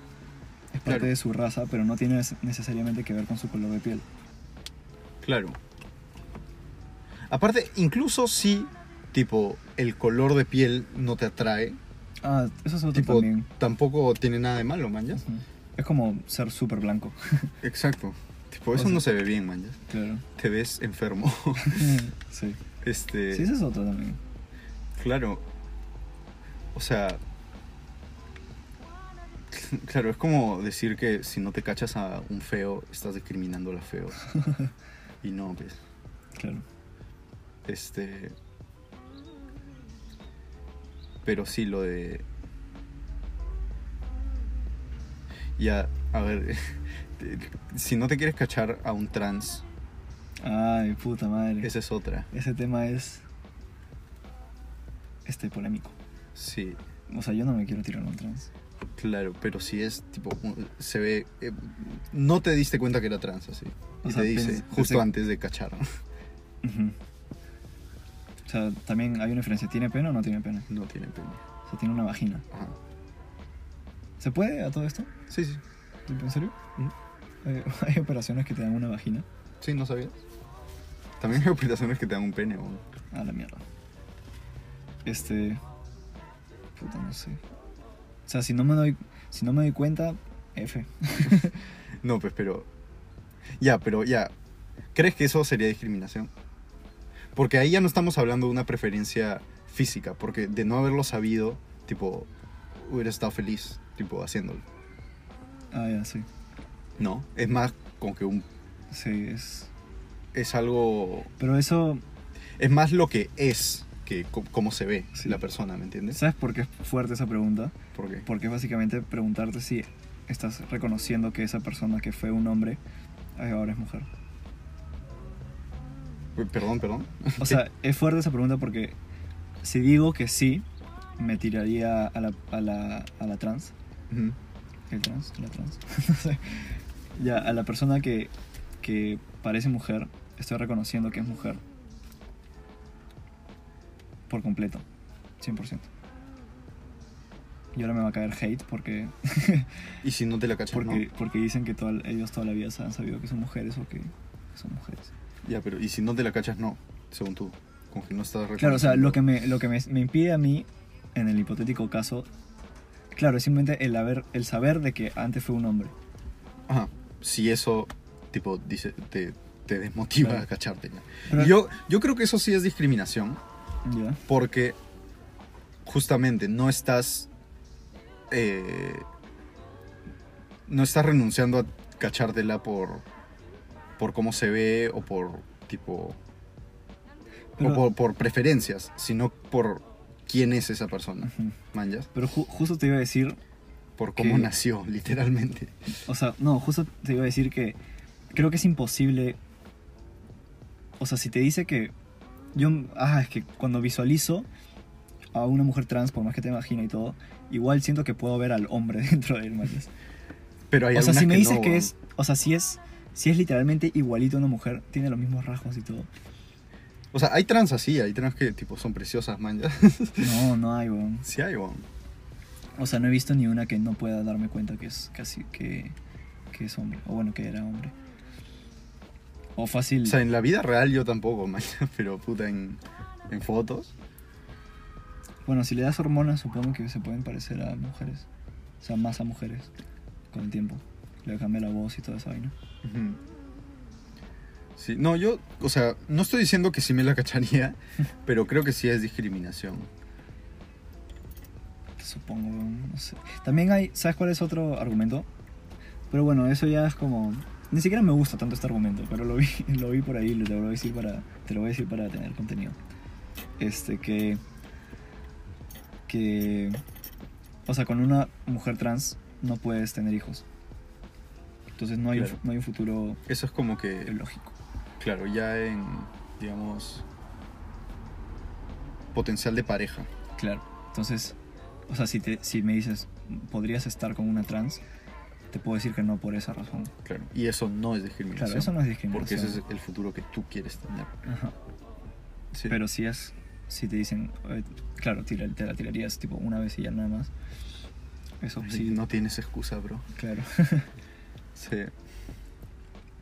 Speaker 1: Es parte
Speaker 2: Claro.
Speaker 1: de su raza, pero no tiene nes- necesariamente que ver con su color de piel.
Speaker 2: Claro. Aparte, incluso si, tipo, el color de piel no te atrae,
Speaker 1: Ah, eso es otro
Speaker 2: tipo,
Speaker 1: también.
Speaker 2: tampoco tiene nada de malo, manjas.
Speaker 1: Es como ser súper blanco. [LAUGHS]
Speaker 2: Exacto. Tipo,
Speaker 1: O
Speaker 2: eso
Speaker 1: sea-
Speaker 2: no se ve bien, man. ya. [LAUGHS]
Speaker 1: Claro.
Speaker 2: Te ves enfermo. [LAUGHS]
Speaker 1: sí.
Speaker 2: este.
Speaker 1: Sí, esa es otra también.
Speaker 2: Claro. O sea. [LAUGHS] Claro, es como decir que si no te cachas a un feo, estás discriminando a la feo. y no, pues.
Speaker 1: Claro.
Speaker 2: Este. Pero sí, lo de. Ya, a ver. [LAUGHS] si no te quieres cachar a un trans,
Speaker 1: Ay, puta madre.
Speaker 2: esa es otra.
Speaker 1: Ese tema es. Este, polémico.
Speaker 2: Sí,
Speaker 1: O sea, yo no me quiero tirar a un trans.
Speaker 2: claro, pero si es tipo. un- Se ve. eh, no te diste cuenta que era trans así.
Speaker 1: O
Speaker 2: Y
Speaker 1: sea,
Speaker 2: te dice,
Speaker 1: pens-
Speaker 2: justo
Speaker 1: pensé-
Speaker 2: antes de cachar.
Speaker 1: Ujú. O sea, también hay una diferencia. ¿Tiene pene o no tiene pene?
Speaker 2: [LAUGHS] No tiene pene.
Speaker 1: O sea, tiene una vagina.
Speaker 2: Ajá.
Speaker 1: ¿Se puede a todo esto?
Speaker 2: Sí, sí.
Speaker 1: ¿En serio? Eh, [LAUGHS] Hay operaciones que te dan una vagina.
Speaker 2: Sí, no sabía. También [LAUGHS] hay operaciones que te dan un pene, weón.
Speaker 1: A la mierda. Este. Puta, no sé. O sea, si no me doy, si no me doy cuenta, F.
Speaker 2: No, pues, pero. Ya, pero ya. ¿Crees que eso sería discriminación? Porque ahí ya no estamos hablando de una preferencia física, porque de no haberlo sabido, tipo, hubiera estado feliz, tipo, haciéndolo.
Speaker 1: Ah, ya, sí.
Speaker 2: No, es más como que un.
Speaker 1: Sí, es.
Speaker 2: Es algo.
Speaker 1: Pero eso,
Speaker 2: Es más lo que es que co- cómo se ve
Speaker 1: Sí.
Speaker 2: la persona, ¿me entiendes?
Speaker 1: ¿sabes por qué es fuerte esa pregunta?
Speaker 2: Porque.
Speaker 1: Porque es básicamente preguntarte si estás reconociendo que esa persona que fue un hombre eh, ahora es mujer.
Speaker 2: Perdón, perdón.
Speaker 1: O sea, es fuerte esa pregunta porque si digo que sí, me tiraría a la, a la, a la trans.
Speaker 2: Ujú.
Speaker 1: El trans, la trans. [LAUGHS] no sé. Ya, a la persona que, que parece mujer, estoy reconociendo que es mujer. Por completo. 100%. Y ahora me va a caer hate porque,
Speaker 2: Y si no te la cachas,
Speaker 1: porque, porque dicen que toda- ellos toda la vida han sabido que son mujeres o que, que son mujeres.
Speaker 2: no. Ya, pero y si no te la cachas, no, según tú. Como que no estás
Speaker 1: Claro, o sea,
Speaker 2: reconociendo-
Speaker 1: lo que me, lo que me, me impide a mí, en el hipotético caso, claro, es simplemente el, haber, el saber de que antes fue un hombre.
Speaker 2: Ajá. Si eso, tipo, dice, te, te desmotiva
Speaker 1: Claro.
Speaker 2: a cacharte. ¿no?
Speaker 1: Pero-
Speaker 2: Yo, yo creo que eso sí es discriminación,
Speaker 1: Ya.
Speaker 2: porque justamente no estás. eh, no estás renunciando a cachártela por. por cómo se ve o por. tipo.
Speaker 1: Pero-
Speaker 2: o por, por preferencias, sino por quién es esa persona.
Speaker 1: Ujú.
Speaker 2: ¿Manjas?
Speaker 1: Pero ju- justo te iba a decir
Speaker 2: Por cómo
Speaker 1: ¿Qué?
Speaker 2: nació, [LAUGHS] literalmente.
Speaker 1: O sea, no, justo te iba a decir que creo que es imposible. O sea, si te dice que. Yo. Ah, es que cuando visualizo a una mujer trans, por más que te imagine y todo, igual siento que puedo ver al hombre [LAUGHS] dentro de él, ¿mañas?
Speaker 2: Pero hay
Speaker 1: O sea,
Speaker 2: algunas
Speaker 1: si me
Speaker 2: que
Speaker 1: dices
Speaker 2: no,
Speaker 1: que
Speaker 2: weón.
Speaker 1: es. O sea, si es. Si es literalmente igualito a una mujer, tiene los mismos rasgos y todo.
Speaker 2: O sea, hay trans así, hay trans que tipo son preciosas, man. ya.
Speaker 1: No, no hay, weón.
Speaker 2: [LAUGHS] sí hay, weón.
Speaker 1: O sea, no he visto ni una que no pueda darme cuenta que es casi. que, que es hombre. O bueno, que era hombre. O fácil.
Speaker 2: O sea, en la vida real yo tampoco, [LAUGHS] man. ya, Pero puta, en, en fotos.
Speaker 1: Bueno, si le das hormonas, supongo que se pueden parecer a mujeres. O sea, más a mujeres con el tiempo. Le cambia la voz y toda esa vaina.
Speaker 2: Ujú. Sí, no, yo, o sea, no estoy diciendo que sí me
Speaker 1: [LAUGHS]
Speaker 2: la cacharía, pero creo que sí es discriminación.
Speaker 1: Supongo, no sé. También hay, ¿sabes cuál es otro argumento? Pero bueno, eso ya es como... Ni siquiera me gusta tanto este argumento, pero lo vi, [LAUGHS] lo vi por ahí, lo- te lo voy a decir para, te lo voy a decir para tener contenido. Este, que... Que... O sea, con una mujer trans no puedes tener hijos. Entonces no hay,
Speaker 2: Claro.
Speaker 1: no hay un futuro
Speaker 2: Eso es como que,
Speaker 1: lógico.
Speaker 2: claro, ya en, digamos, potencial de pareja.
Speaker 1: Claro. Entonces, o sea, si, te, si me dices, ¿podrías estar con una trans? Te puedo decir que no por esa razón.
Speaker 2: Claro. Y eso no es
Speaker 1: Claro,
Speaker 2: discriminación.
Speaker 1: eso no es
Speaker 2: Porque
Speaker 1: discriminación.
Speaker 2: ese es el futuro que tú quieres tener.
Speaker 1: Ajá.
Speaker 2: Sí.
Speaker 1: Pero si es, si te dicen, eh, claro, tira- te la tirarías tipo una vez y ya nada más. Eso sí,
Speaker 2: no tienes excusa, bro.
Speaker 1: claro. [LAUGHS]
Speaker 2: Sí.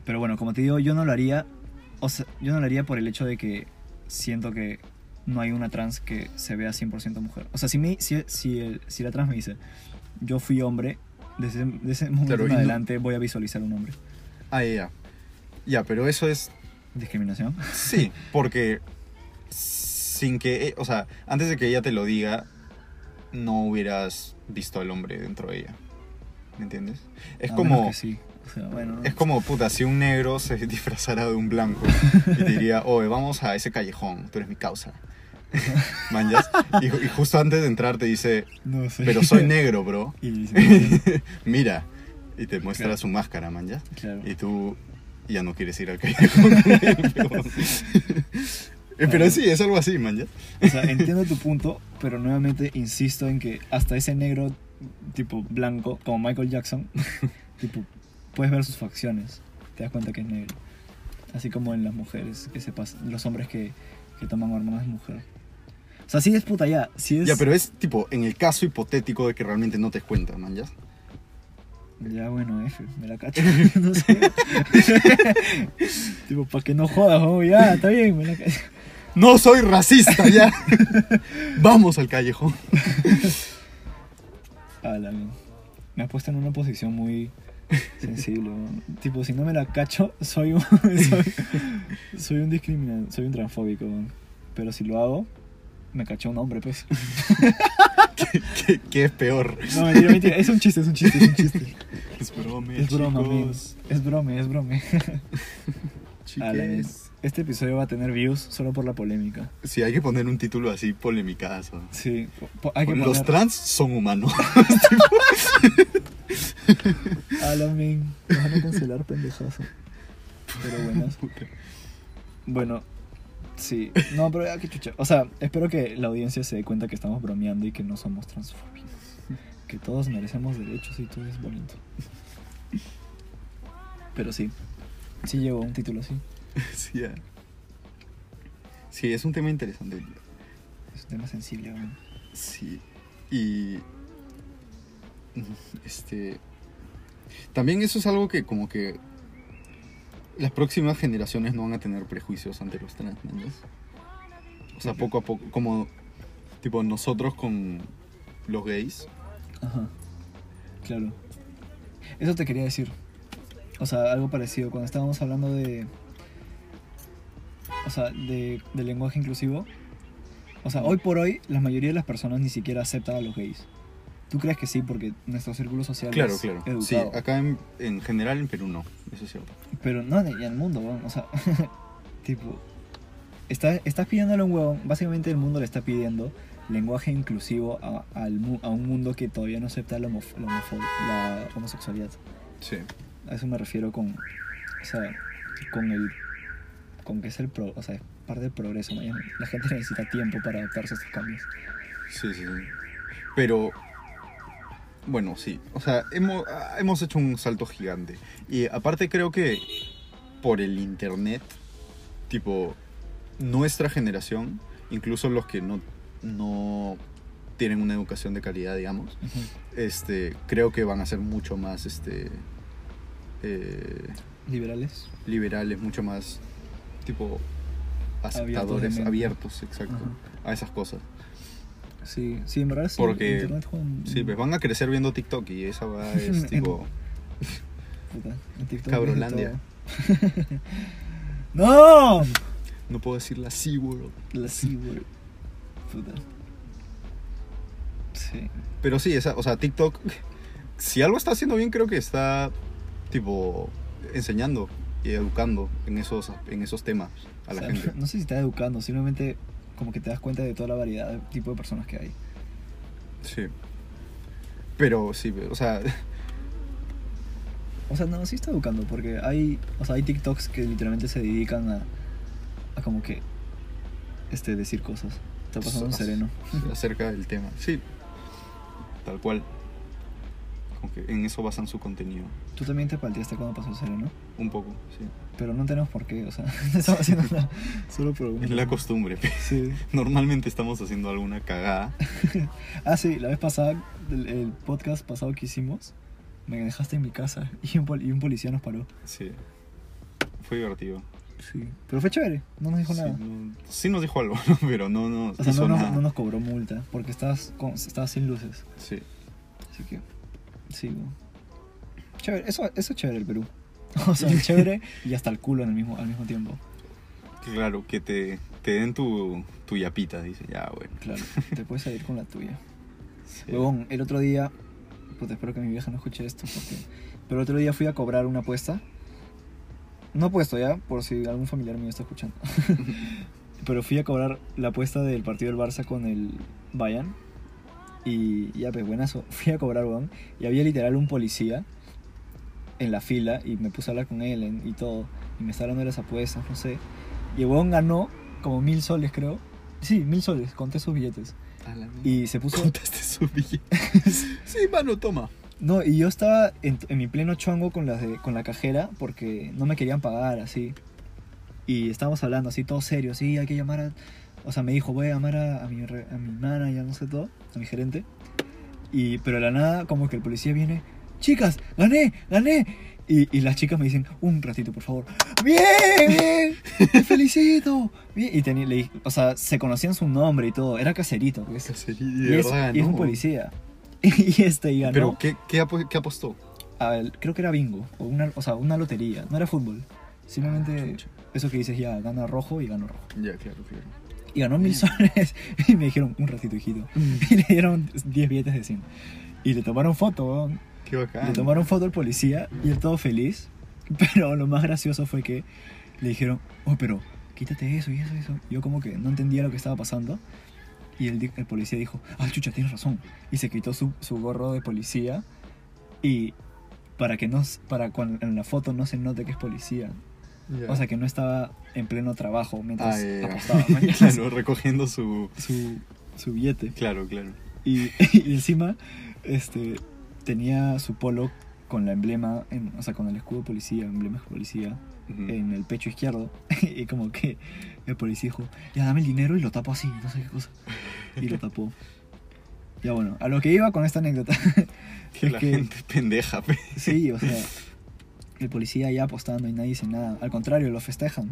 Speaker 1: Pero bueno, como te digo, yo no lo haría, o sea, yo no lo haría por el hecho de que siento que no hay una trans que se vea 100% mujer. O sea, si, me, si, si, el- si la trans me dice, yo fui hombre, desde, desde ese momento
Speaker 2: Claro, y
Speaker 1: en
Speaker 2: no-
Speaker 1: adelante voy a visualizar un hombre.
Speaker 2: Ah, ya. Ya, pero eso es
Speaker 1: Discriminación. [LAUGHS]
Speaker 2: Sí, porque sin que, eh, o sea, antes de que ella te lo diga, no hubieras visto al hombre dentro de ella. ¿Me entiendes? Es
Speaker 1: A menos
Speaker 2: como
Speaker 1: que sí. O sea, bueno.
Speaker 2: es como puta, si un negro se [LAUGHS] disfrazara de un blanco y te diría, "Oye, vamos a ese callejón, tú eres mi causa." [LAUGHS] Manjas y, y justo antes de entrar te dice,
Speaker 1: No sé.
Speaker 2: "Pero
Speaker 1: [LAUGHS]
Speaker 2: soy negro, bro."
Speaker 1: Y dice, [LAUGHS]
Speaker 2: [LAUGHS] Mira, y te muestra su máscara, manjas.
Speaker 1: claro.
Speaker 2: Y tú ya no quieres ir al callejón. con él,
Speaker 1: [LAUGHS]
Speaker 2: weón. Eh, Pero sí, es algo así, man. ¿ya?
Speaker 1: O sea, entiendo tu punto, pero nuevamente insisto en que hasta ese negro tipo blanco, como Michael Jackson, [LAUGHS] tipo, puedes ver sus facciones, te das cuenta que es negro. Así como en las mujeres, que se pasa- los hombres que, que toman hormonas de mujer. O sea, sí es puta ya, sí es...
Speaker 2: Ya, pero es tipo, en el caso hipotético de que realmente no te cuentan, man. ¿ya?
Speaker 1: Ya, bueno, F, me la cacho. [LAUGHS] no sé.
Speaker 2: [LAUGHS]
Speaker 1: tipo, para que no jodas, oh, ya, está bien, me la cacho.
Speaker 2: No soy racista,
Speaker 1: [LAUGHS]
Speaker 2: ya. [LAUGHS] Vamos al callejón.
Speaker 1: A la mierda. Me has puesto en una posición muy sensible. weón. tipo, si no me la cacho, soy un, [LAUGHS] soy, soy un discriminante, soy un transfóbico. weón. Pero si lo hago, me cachó un hombre, pues. [LAUGHS]
Speaker 2: ¿Qué, qué es peor?
Speaker 1: No, mentira, mentira. Es un chiste, es un chiste, es un
Speaker 2: [LAUGHS]
Speaker 1: chiste.
Speaker 2: Es broma,
Speaker 1: Es broma, men.
Speaker 2: chicos.
Speaker 1: Es brome, es brome. A la mierda.
Speaker 2: Chiques.
Speaker 1: Este episodio va a tener views solo por la polémica.
Speaker 2: Sí, hay que poner un título así polemicazo.
Speaker 1: Sí, po- po- hay que
Speaker 2: Los
Speaker 1: poner-
Speaker 2: trans son
Speaker 1: [LAUGHS]
Speaker 2: humanos.
Speaker 1: A la men. Nos van a cancelar, [LAUGHS] pendejazo. Pero buenas. Bueno, sí. No, pero ya, qué chucha. O sea, espero que la audiencia se dé cuenta que estamos bromeando y que no somos transfóbicos. Que todos merecemos derechos y todo es bonito. Pero sí. Sí llegó un título así.
Speaker 2: sí, ya. sí, es un tema interesante.
Speaker 1: Es un tema sensible, weón.
Speaker 2: Sí. Y. [LAUGHS] Este. También eso es algo que, como que. Las próximas generaciones no van a tener prejuicios ante los trans, ¿me entiendes? O sea, poco a poco. Como. Tipo, nosotros con los gays.
Speaker 1: Ajá. Claro. Eso te quería decir. O sea, algo parecido. Cuando estábamos hablando de. O sea, de, de lenguaje inclusivo. O sea, hoy por hoy, la mayoría de las personas ni siquiera aceptan a los gays. ¿Tú crees que sí? Porque nuestro círculo social
Speaker 2: Claro,
Speaker 1: es
Speaker 2: claro.
Speaker 1: educado.
Speaker 2: Sí, acá en, en general en Perú no. Eso es cierto.
Speaker 1: Pero no, en el mundo, weón. O sea, [LAUGHS] tipo. Estás, estás pidiéndole a un huevón. Básicamente, el mundo le está pidiendo lenguaje inclusivo a, al mu- a un mundo que todavía no acepta la, homof- la homofo- la homosexualidad.
Speaker 2: Sí.
Speaker 1: A eso me refiero con. O sea, con el. Con que es el. Pro, o sea, es parte del progreso. ¿no? La gente necesita tiempo para adaptarse a estos cambios.
Speaker 2: Sí, sí, sí. Pero, bueno, sí. O sea, hemos, ah, hemos hecho un salto gigante. Y aparte creo que por el internet, tipo, nuestra generación, incluso los que no, no tienen una educación de calidad, digamos, este, creo que van a ser mucho más este, eh,
Speaker 1: Liberales.
Speaker 2: liberales, mucho más, tipo,
Speaker 1: Abiertos
Speaker 2: aceptadores,
Speaker 1: de mente.
Speaker 2: abiertos, exacto,
Speaker 1: Ajá.
Speaker 2: a esas cosas.
Speaker 1: Sí, sí, en verdad sí.
Speaker 2: Porque-
Speaker 1: Internet juega un-
Speaker 2: Sí, pues van a crecer viendo TikTok y esa va es tipo.
Speaker 1: Puta, en TikTok
Speaker 2: Cabrolandia.
Speaker 1: ves de todo. [LAUGHS] ¡No!
Speaker 2: No puedo decirla así, bro.
Speaker 1: La C-word. Puta. Sí.
Speaker 2: Pero sí, esa, o sea, TikTok. Si algo está haciendo bien, creo que está tipo enseñando y educando en esos, en esos temas a la
Speaker 1: O sea,
Speaker 2: gente.
Speaker 1: No sé si está educando, simplemente como que te das cuenta de toda la variedad de tipo de personas que hay.
Speaker 2: Sí. Pero sí, pues, o sea, [LAUGHS]
Speaker 1: O sea, no, sí está educando, porque hay, o sea, hay TikToks que literalmente se dedican a, a como que, este, decir cosas. Está pasando un
Speaker 2: Sas.
Speaker 1: sereno.
Speaker 2: acerca del tema. Sí. Tal cual. Como que en eso basan su contenido.
Speaker 1: Tú también te palteaste cuando pasó el sereno,
Speaker 2: Un poco, sí.
Speaker 1: pero no tenemos por qué, o sea, [LAUGHS] no estamos
Speaker 2: [LAUGHS]
Speaker 1: haciendo nada. Solo por
Speaker 2: Es la costumbre. [LAUGHS] pe.
Speaker 1: Sí.
Speaker 2: Normalmente estamos haciendo alguna cagada.
Speaker 1: Ah, sí, la vez pasada, el, el podcast pasado que hicimos, me dejaste en mi casa [LAUGHS] y un, pol- y un policía nos paró.
Speaker 2: Sí. Fue divertido.
Speaker 1: Sí. Pero fue chévere, no nos dijo
Speaker 2: sí,
Speaker 1: nada.
Speaker 2: no- sí nos dijo algo, [LAUGHS] ¿no? pero no nos
Speaker 1: O sea,
Speaker 2: hizo
Speaker 1: no nos,
Speaker 2: nada.
Speaker 1: no nos cobró multa, porque estabas, con, estabas sin luces.
Speaker 2: Sí,
Speaker 1: Así que, sí, weón. Chévere, eso, eso es chévere el Perú. [LAUGHS] O sea, chévere y hasta el culo en el mismo, al mismo tiempo.
Speaker 2: Claro, que te, te den tu, tu yapita, dice. Ya, bueno.
Speaker 1: Claro, te puedes salir con la tuya. Huevón, el otro día, pues espero que mi vieja no escuche esto, porque- pero el otro día fui a cobrar una apuesta. No apuesto ya, por si algún familiar mío está escuchando. pero fui a cobrar la apuesta del partido del Barça con el Bayern. Y ya, pues buenazo. [LAUGHS] Fui a cobrar, weón. Y había literal un policía en la fila y me puse a hablar con él en- y todo. Y me estaba hablando de las apuestas, no sé. Y el weón ganó como mil soles, creo. Sí, mil soles, conté sus billetes. Y se puso.
Speaker 2: [LAUGHS] Contaste su
Speaker 1: [LAUGHS]
Speaker 2: billete. sí, mano, toma.
Speaker 1: No, y yo estaba en, en mi pleno chongo con, las de- con la cajera porque no me querían pagar, así. Y estábamos hablando así, todo serio, sí, hay que llamar a... O sea, me dijo, voy a llamar a, a mi, re- a mi manager, no sé todo, a mi gerente. Y, pero de la nada, como que el policía viene, chicas, gané, gané. Y, y las chicas me dicen, un ratito, por favor. Bien, bien, te felicito. Bien. Y tenía, le dije- o sea, se conocían su nombre y todo, era caserito. pues. Y, es, y es un policía. [LAUGHS] Y este, y ganó.
Speaker 2: Pero, ¿qué, qué, apo- qué apostó?
Speaker 1: al- creo que era bingo, o, una, o sea, una lotería, no era fútbol. Simplemente eso que dices ya, gana rojo y gano rojo.
Speaker 2: Ya, claro, claro.
Speaker 1: Y ganó mil soles [LAUGHS] y me dijeron un ratito, hijito. [LAUGHS] Y le dieron 10 billetes de 100. Y le tomaron foto, weón.
Speaker 2: Qué bacán.
Speaker 1: Le tomaron foto al policía y él todo feliz. [LAUGHS] Pero lo más gracioso fue que le dijeron, oh, pero quítate eso y eso y eso. Yo como que no entendía lo que estaba pasando. Y el, di- el policía dijo, ah, chucha, tienes razón. Y se quitó su, su gorro de policía. Y para que no, s- para cuando en la foto no se note que es policía.
Speaker 2: Ya.
Speaker 1: O sea, que no estaba en pleno trabajo mientras
Speaker 2: Ah, ya, ya. [LAUGHS]
Speaker 1: apostaba. ¿no?
Speaker 2: claro, recogiendo su...
Speaker 1: su, su billete.
Speaker 2: Claro, claro.
Speaker 1: Y, [LAUGHS] y encima, este, tenía su polo con la emblema, en- o sea, con el escudo policía, emblema de policía,
Speaker 2: Ujú.
Speaker 1: en el pecho izquierdo. [LAUGHS] Y como que el policía dijo, ya dame el dinero y lo tapo así, no sé qué cosa. Y lo tapó. Ya bueno, a lo que iba con esta anécdota. [LAUGHS]
Speaker 2: que
Speaker 1: es
Speaker 2: la
Speaker 1: que-
Speaker 2: gente [LAUGHS] es pendeja, pe.
Speaker 1: sí, o sea, el policía ya apostando y nadie dice nada. Al contrario, lo festejan.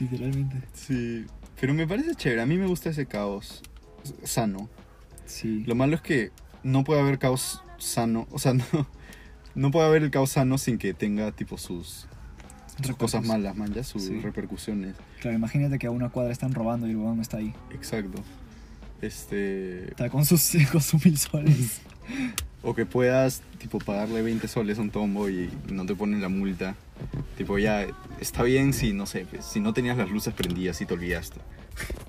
Speaker 1: Literalmente.
Speaker 2: Sí. Pero me parece chévere. A mí me gusta ese caos sano.
Speaker 1: Sí.
Speaker 2: Lo malo es que no puede haber caos sano. O sea, [LAUGHS] no, no puede haber el caos sano sin que tenga, tipo, sus cosas malas, man, ya, sus
Speaker 1: Sí.
Speaker 2: repercusiones.
Speaker 1: Claro, imagínate que a una cuadra están robando y el huevón está ahí.
Speaker 2: Exacto. Este.
Speaker 1: Está con sus, [LAUGHS] con sus mil soles.
Speaker 2: O que puedas, tipo, pagarle 20 soles a un tombo y no te ponen la multa. Tipo, ya, está bien si, no sé, pues, si no tenías las luces prendidas y te olvidaste.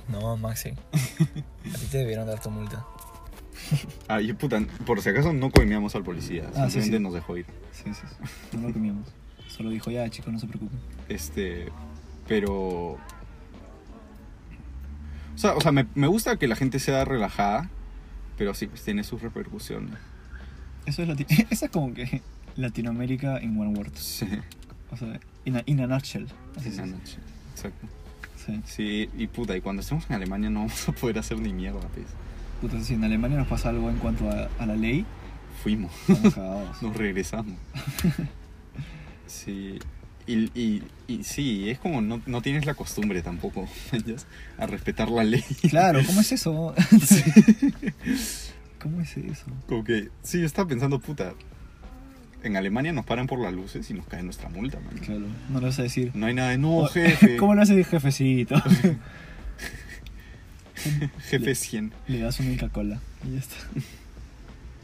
Speaker 5: No, Maxi. A ti te debieron dar tu multa.
Speaker 2: Ah, y puta, por si acaso no coimeamos al policía,
Speaker 1: Ah, sí,
Speaker 2: simplemente
Speaker 1: sí.
Speaker 2: nos dejó ir.
Speaker 1: Sí, sí, sí. No lo comíamos. Solo dijo, ya chicos, no se preocupen.
Speaker 2: Este, pero... O sea, o sea, me, me gusta que la gente sea relajada, pero sí, pues tiene sus repercusiones.
Speaker 1: Eso es, lati- [LAUGHS] eso es como que Latinoamérica en one word.
Speaker 2: Sí,
Speaker 1: O sea, in a, in a nutshell. Así
Speaker 2: esa
Speaker 1: se dice.
Speaker 2: noche. Exacto.
Speaker 1: Sí.
Speaker 2: Sí, y puta, y cuando estemos en Alemania no vamos a poder hacer ni mierda, pues.
Speaker 1: Puta, si en Alemania nos pasa algo en cuanto a, a la ley,
Speaker 2: Fuimos. [LAUGHS]
Speaker 1: estamos cagados.
Speaker 2: Nos [LAUGHS] regresamos. Sí. Y, y, y sí, es como no, no tienes la costumbre tampoco [LAUGHS] ¿entiendes? a respetar la ley.
Speaker 1: Claro, ¿cómo es eso? [LAUGHS] ¿Cómo es eso?
Speaker 2: Como que, sí, yo estaba pensando, puta, en Alemania nos paran por las luces y nos cae nuestra multa, man.
Speaker 1: Claro, no lo vas a decir.
Speaker 2: No hay nada de, no,
Speaker 1: [LAUGHS]
Speaker 2: jefe,
Speaker 1: ¿Cómo lo hace jefecito? [LAUGHS]
Speaker 2: jefe 100,
Speaker 1: Le das una Inca Cola y ya está. [LAUGHS]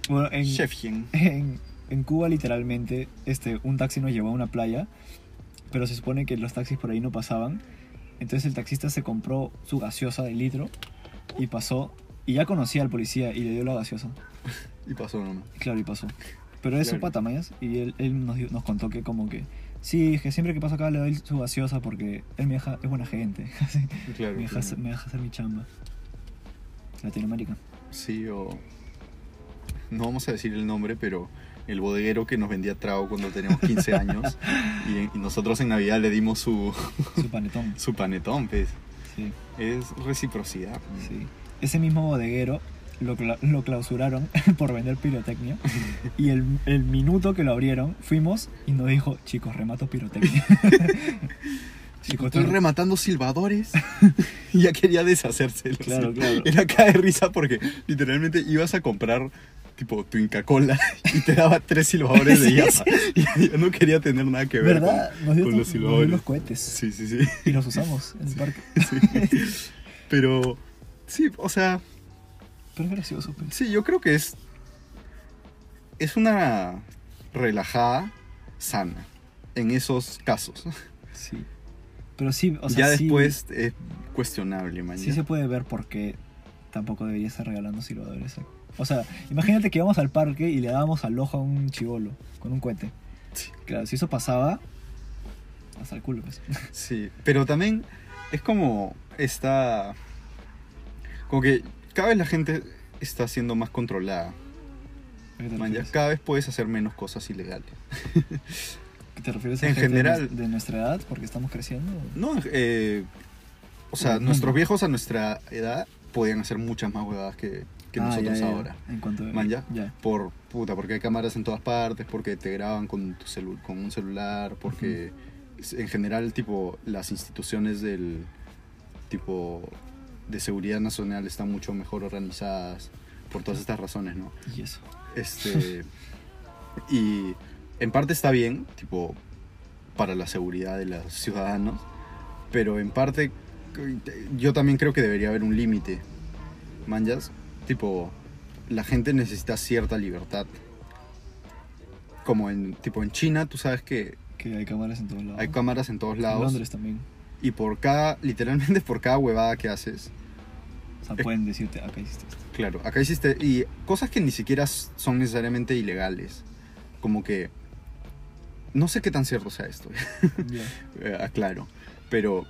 Speaker 1: Bueno, en,
Speaker 2: chef 100.
Speaker 1: en, en Cuba literalmente este, un taxi nos llevó a una playa, pero se supone que los taxis por ahí no pasaban. Entonces el taxista se compró su gaseosa de litro y pasó, y ya conocía al policía y le dio la gaseosa.
Speaker 2: Y pasó nomás.
Speaker 1: Claro, y pasó. Pero eso
Speaker 2: Claro.
Speaker 1: pata, mayas, y él, él nos, dio- nos contó que como que, sí, es que siempre que paso acá le doy su gaseosa porque él me deja, es buena gente, [LAUGHS] así,
Speaker 2: Claro.
Speaker 1: me, deja,
Speaker 2: claro.
Speaker 1: me deja hacer mi chamba. Latinoamérica.
Speaker 2: Sí, o... No vamos a decir el nombre, pero el bodeguero que nos vendía trago cuando teníamos
Speaker 1: [LAUGHS]
Speaker 2: 15 años y, y nosotros en Navidad le dimos su,
Speaker 1: Su panetón,
Speaker 2: su panetón, pues.
Speaker 1: sí.
Speaker 2: Es reciprocidad. man.
Speaker 1: Sí. Ese mismo bodeguero lo, cla- lo clausuraron [LAUGHS] por vender pirotecnia. Y el, el minuto que lo abrieron, fuimos y nos dijo, chicos, remato
Speaker 2: [LAUGHS]
Speaker 1: pirotecnia. [LAUGHS] chicos,
Speaker 2: Estoy
Speaker 1: te- [LAUGHS]
Speaker 2: rematando silbadores. [LAUGHS] y ya quería deshacerse.
Speaker 1: Claro, claro.
Speaker 2: Era cae de risa porque literalmente ibas a comprar tipo tu Inca Cola y te daba tres silbadores de
Speaker 1: [LAUGHS] Sí,
Speaker 2: yapa. [LAUGHS] Y yo no quería tener nada que ver
Speaker 1: ¿Verdad?
Speaker 2: con,
Speaker 1: Nos dio
Speaker 2: con
Speaker 1: tu- nos
Speaker 2: los
Speaker 1: dio
Speaker 2: silbadores.
Speaker 1: los cohetes.
Speaker 2: Sí, sí, [LAUGHS] sí.
Speaker 1: Y los usamos en el parque.
Speaker 2: Sí. Pero sí, o sea,
Speaker 1: Pero es gracioso, pues.
Speaker 2: sí, yo creo que es es una relajada sana en esos casos.
Speaker 1: Sí. Pero sí, o sea,
Speaker 2: ya
Speaker 1: sí-
Speaker 2: después es cuestionable, man.
Speaker 1: Sí se puede ver por qué tampoco debería estar regalando silbadores. a- O sea, imagínate que íbamos al parque y le dábamos al ojo a un chivolo con un cohete.
Speaker 2: Sí.
Speaker 1: Claro, si eso pasaba, hasta el culo, pues. [LAUGHS]
Speaker 2: Sí, pero también es como está. Como que cada vez la gente está siendo más controlada.
Speaker 1: ¿A qué te
Speaker 2: man, ya
Speaker 1: refieres?
Speaker 2: cada vez puedes hacer menos cosas ilegales.
Speaker 1: ¿Te refieres a
Speaker 2: en
Speaker 1: gente de
Speaker 2: general-
Speaker 1: nues- de nuestra edad porque estamos creciendo?
Speaker 2: No, eh, o sea,
Speaker 1: Ujú.
Speaker 2: nuestros viejos a nuestra edad podían hacer muchas más huevadas que, que
Speaker 1: Ah, ya,
Speaker 2: nosotros
Speaker 1: ya, ya.
Speaker 2: ahora.
Speaker 1: En cuanto a-
Speaker 2: Man, ya.
Speaker 1: ya.
Speaker 2: Por puta, porque hay cámaras en todas partes, porque te graban con, tu celu- con un celular, porque es- en general, tipo, las instituciones del tipo de seguridad nacional están mucho mejor organizadas por todas estas razones, ¿no?
Speaker 1: Y eso.
Speaker 2: Este. y en parte está bien, tipo, para la seguridad de los ciudadanos, pero en parte yo también creo que debería haber un límite. Manjas, tipo, la gente necesita cierta libertad. Como en, tipo, en China, tú sabes que
Speaker 1: Que hay cámaras en todos lados.
Speaker 2: hay cámaras en todos
Speaker 1: En
Speaker 2: lados
Speaker 1: Londres también.
Speaker 2: y por cada, literalmente por cada huevada que haces,
Speaker 1: O sea,
Speaker 2: Eh.
Speaker 1: pueden decirte, acá hiciste
Speaker 2: [LAUGHS]
Speaker 1: esto.
Speaker 2: Claro, acá hiciste. Y cosas que ni siquiera s- son necesariamente ilegales. Como que. No sé qué tan cierto sea esto, [LAUGHS]
Speaker 1: Ya.
Speaker 2: eh, aclaro. Pero.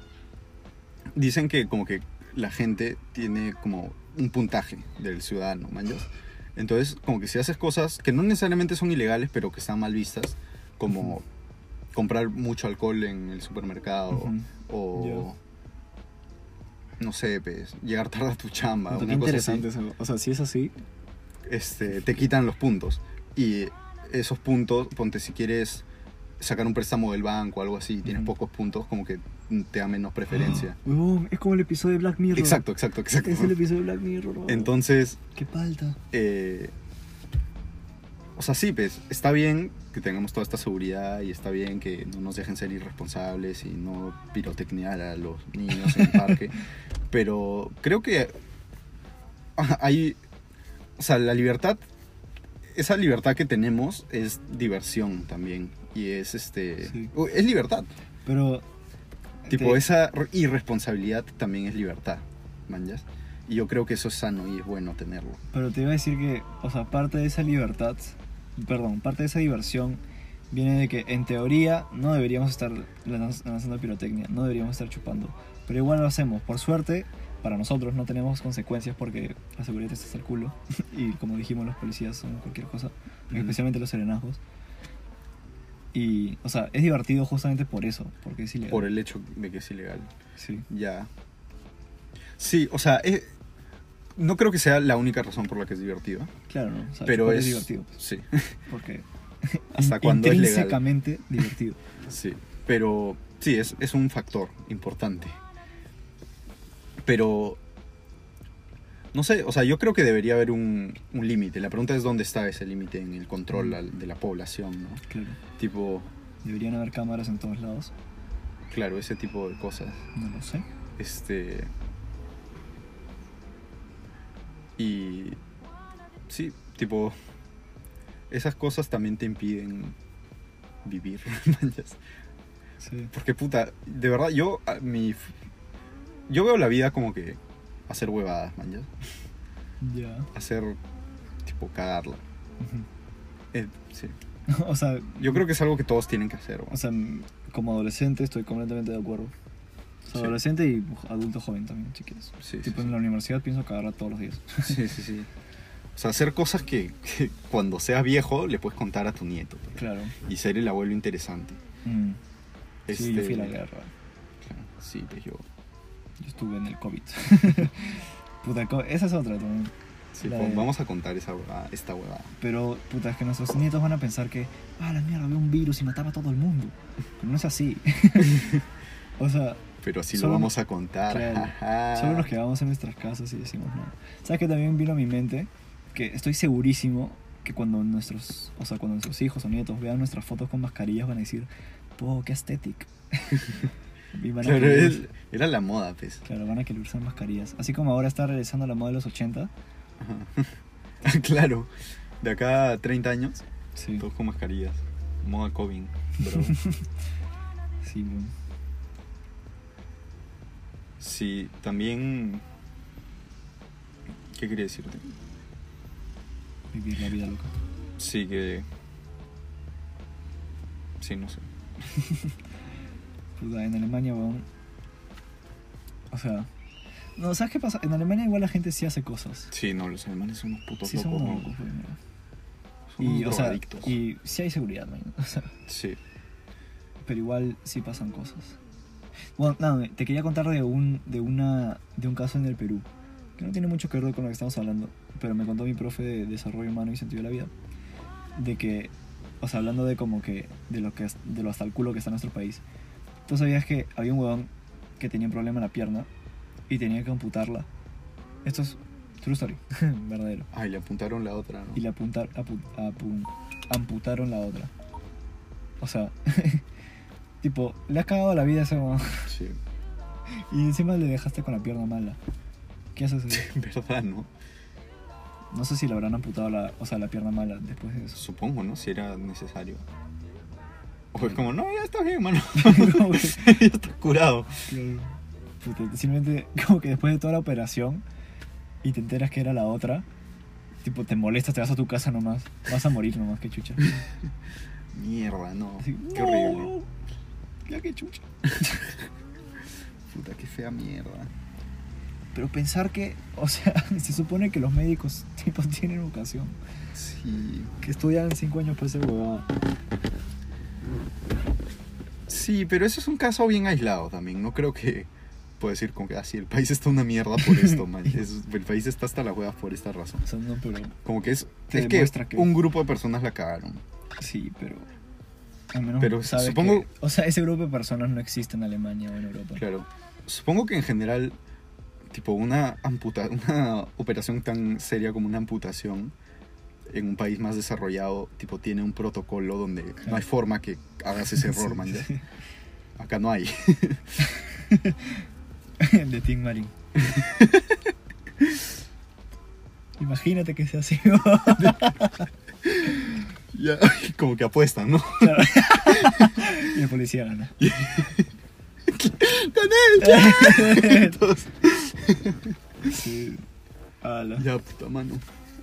Speaker 2: Dicen que, como que la gente tiene como un puntaje del ciudadano, manjas. Entonces, como que si haces cosas que no necesariamente son ilegales, pero que están mal vistas, como comprar mucho alcohol en el supermercado
Speaker 1: Ujú.
Speaker 2: o. No sé, pues, llegar tarde a tu chamba.
Speaker 1: Puta, qué
Speaker 2: una cosa así
Speaker 1: interesante eso. O sea, si es así,
Speaker 2: este, te quitan los puntos. Y esos puntos, ponte si quieres sacar un préstamo del banco o algo así, tienes
Speaker 1: Ujú.
Speaker 2: pocos puntos, como que te da menos preferencia.
Speaker 1: [GASPS] Huevón, es como el episodio de Black Mirror.
Speaker 2: Exacto,
Speaker 1: [LAUGHS]
Speaker 2: exacto, exacto.
Speaker 1: Es el episodio de Black Mirror. huevón.
Speaker 2: Entonces,
Speaker 1: Qué palta.
Speaker 2: eh, o sea, sí, pues, está bien que tengamos toda esta seguridad y está bien que no nos dejen ser irresponsables y no pirotecnear a los niños en el parque, pero creo que hay, o sea, la libertad, esa libertad que tenemos es diversión también y es este,
Speaker 1: Sí.
Speaker 2: es libertad,
Speaker 1: Pero.
Speaker 2: tipo,
Speaker 1: te-
Speaker 2: esa irresponsabilidad también es libertad, manjas, y yo creo que eso es sano y es bueno tenerlo.
Speaker 1: Pero te iba a decir que, o sea, parte de esa libertad, perdón, parte de esa diversión viene de que en teoría no deberíamos estar lanz- lanzando pirotecnia, no deberíamos estar chupando. Pero igual lo hacemos. Por suerte, para nosotros no tenemos consecuencias porque la seguridad está hasta el culo. [LAUGHS] Y como dijimos, los policías son cualquier cosa,
Speaker 2: Ujú.
Speaker 1: especialmente los serenazgos. Y, o sea, es divertido justamente por eso, porque es ilegal.
Speaker 2: por el hecho de que es ilegal.
Speaker 1: Sí.
Speaker 2: Ya. Sí, o sea, eh, no creo que sea la única razón por la que es divertido.
Speaker 1: Claro, ¿no? O sea,
Speaker 2: pero
Speaker 1: chupar
Speaker 2: es,
Speaker 1: divertido. pues,
Speaker 2: Sí, [LAUGHS]
Speaker 1: Porque
Speaker 2: Hasta
Speaker 1: in-
Speaker 2: cuando es legal.
Speaker 1: intrínsecamente divertido.
Speaker 2: sí. Pero sí, es, es un factor importante. Pero... No sé, o sea, yo creo que debería haber un, un límite. La pregunta es dónde está ese límite en el control al- de la población, ¿no?
Speaker 1: Claro.
Speaker 2: Tipo,
Speaker 1: Deberían haber cámaras en todos lados.
Speaker 2: claro, ese tipo de cosas.
Speaker 1: No lo sé.
Speaker 2: Este. Y. Sí, tipo. Esas cosas también te impiden vivir, [LAUGHS] manchas.
Speaker 1: Sí.
Speaker 2: Porque puta, de verdad, yo. a- Mi, f- yo veo la vida como que. Hacer huevadas, manchas.
Speaker 1: Ya. [LAUGHS]
Speaker 2: Hacer. Tipo, cagarla. Eh, sí.
Speaker 1: o sea,
Speaker 2: Yo creo que es algo que todos tienen que hacer, weón.
Speaker 1: o sea, m- como adolescente estoy completamente de acuerdo. O sea,
Speaker 2: Sí.
Speaker 1: adolescente y jo- adulto joven también, si quieres.
Speaker 2: Sí, sí,
Speaker 1: tipo
Speaker 2: sí.
Speaker 1: en la universidad pienso cagarla todos los
Speaker 2: [LAUGHS]
Speaker 1: días.
Speaker 2: Sí, sí, sí. O sea, hacer cosas que, que cuando seas viejo le puedes contar a tu nieto. pues.
Speaker 1: Claro.
Speaker 2: y ser el abuelo interesante.
Speaker 1: Mm. Sí, yo
Speaker 2: Este,
Speaker 1: fui a la guerra.
Speaker 2: claro, Sí, pues yo.
Speaker 1: Yo estuve en el COVID. [LAUGHS] puta, co- esa es otra también.
Speaker 2: sí,
Speaker 1: La
Speaker 2: pon-
Speaker 1: de-
Speaker 2: Vamos a contar esa huevada- esta huevada.
Speaker 1: Pero, puta, es que nuestros nietos van a pensar que, ah, la mierda, había un virus y mataba a todo el mundo. Pero no es así. [LAUGHS] o sea,
Speaker 2: Pero así
Speaker 1: Solo-
Speaker 2: lo vamos a contar.
Speaker 1: Claro.
Speaker 2: jaja.
Speaker 1: Solo nos quedamos en nuestras casas y decimos nada. ¿Sabes que también vino a mi mente? que estoy segurísimo que cuando nuestros, o sea, cuando nuestros hijos o nietos vean nuestras fotos con mascarillas van a decir, wow, qué estético. [LAUGHS] Y van a
Speaker 2: Claro,
Speaker 1: querer-
Speaker 2: es- era la moda, pues. [LAUGHS]
Speaker 1: claro, van a querer usar mascarillas. Así como ahora está regresando la moda de los 80.
Speaker 2: Ajá. claro, de acá a 30 años,
Speaker 1: Sí,
Speaker 2: todos con mascarillas. Moda COVID,
Speaker 1: [LAUGHS]
Speaker 2: bro.
Speaker 1: sí, bueno.
Speaker 2: sí, también. ¿Qué quería decirte?
Speaker 1: vivir la vida loca.
Speaker 2: Sí, que. Sí, no sé.
Speaker 1: Puta, Pues, en Alemania, weón. O sea. No, ¿sabes qué pasa? En Alemania igual la gente sí hace cosas.
Speaker 2: Sí, no, los alemanes son unos putos
Speaker 1: Sí son
Speaker 2: locos,
Speaker 1: unos
Speaker 2: ¿no?
Speaker 1: locos, weón.
Speaker 2: Son
Speaker 1: Y, o
Speaker 2: unos
Speaker 1: sea,
Speaker 2: drogadictos.
Speaker 1: y sí hay seguridad, man. [LAUGHS] O sea,
Speaker 2: Sí.
Speaker 1: pero igual sí pasan cosas. Bueno, nada, te quería contar de un, de una, de un caso en el Perú, que no tiene mucho que ver con lo que estamos hablando, pero me contó mi profe de Desarrollo Humano y Sentido de la Vida, de que, o sea, hablando de como que, de lo, que, es- de lo hasta el culo que está nuestro país, tú sabías que había un huevón que tenía un problema en la pierna y tenía que amputarla. Esto es true story, [LAUGHS] verdadero
Speaker 2: Ay, le apuntaron la otra, ¿no?
Speaker 1: y le apuntar, apu- apu- amputaron la otra. O sea, [LAUGHS] tipo, le has cagado la vida a ese huevón.
Speaker 2: Sí.
Speaker 1: [LAUGHS]
Speaker 2: [LAUGHS]
Speaker 1: Y encima le dejaste con la pierna mala. ¿Qué haces? ahí?
Speaker 2: ¿Verdad, no?
Speaker 1: No sé si le habrán amputado la, o sea, la pierna mala después de
Speaker 2: [LAUGHS]
Speaker 1: eso. [LAUGHS]
Speaker 2: Supongo, ¿no? Si era necesario. O es
Speaker 1: Mm.
Speaker 2: como, no, ya está bien, mano. [LAUGHS]
Speaker 1: Como que,
Speaker 2: ya está curado.
Speaker 1: claro, puta, simplemente, como que después de toda la operación y te enteras que era la otra, tipo, te molestas, te vas a tu casa nomás. Vas a morir nomás, qué chucha.
Speaker 2: Mierda, no.
Speaker 1: Así,
Speaker 2: [LAUGHS] Qué
Speaker 1: "No,
Speaker 2: horrible.
Speaker 1: Ya, qué chucha.
Speaker 2: Puta, qué fea mierda.
Speaker 1: Pero pensar que, o sea, [LAUGHS] se supone que los médicos tipo tienen vocación,
Speaker 2: Sí.
Speaker 1: que estudian cinco años para ser huevada.
Speaker 2: Sí, pero eso es un caso bien aislado también. No creo que puedo decir como que, ah, sí, el país está una mierda por esto,
Speaker 1: [LAUGHS]
Speaker 2: man. Es- el país está hasta la hueá por esta razón.
Speaker 1: O sea, no, pero
Speaker 2: Como que es,
Speaker 1: Te
Speaker 2: es
Speaker 1: demuestra
Speaker 2: que,
Speaker 1: que-
Speaker 2: un grupo de personas la cagaron.
Speaker 1: sí, pero al menos
Speaker 2: Pero
Speaker 1: sabe
Speaker 2: supongo-
Speaker 1: que- o sea, ese grupo de personas no existe en Alemania o en Europa.
Speaker 2: Claro. Supongo que en general, tipo, una, amputa [LAUGHS] una operación tan seria como una amputación en un país más desarrollado, tipo, tiene un protocolo donde no hay forma que hagas [LAUGHS] ese
Speaker 1: [LAUGHS]
Speaker 2: error, man. ya. Acá no hay.
Speaker 1: De Tim
Speaker 2: [LAUGHS]
Speaker 1: Marín. Imagínate que sea así.
Speaker 2: [LAUGHS] Ya, [LAUGHS] como que apuestan, ¿no?
Speaker 1: [LAUGHS]
Speaker 2: [LAUGHS]
Speaker 1: y el policía gana.
Speaker 2: Entonces,
Speaker 1: Sí. Ala.
Speaker 2: ya, puta mano.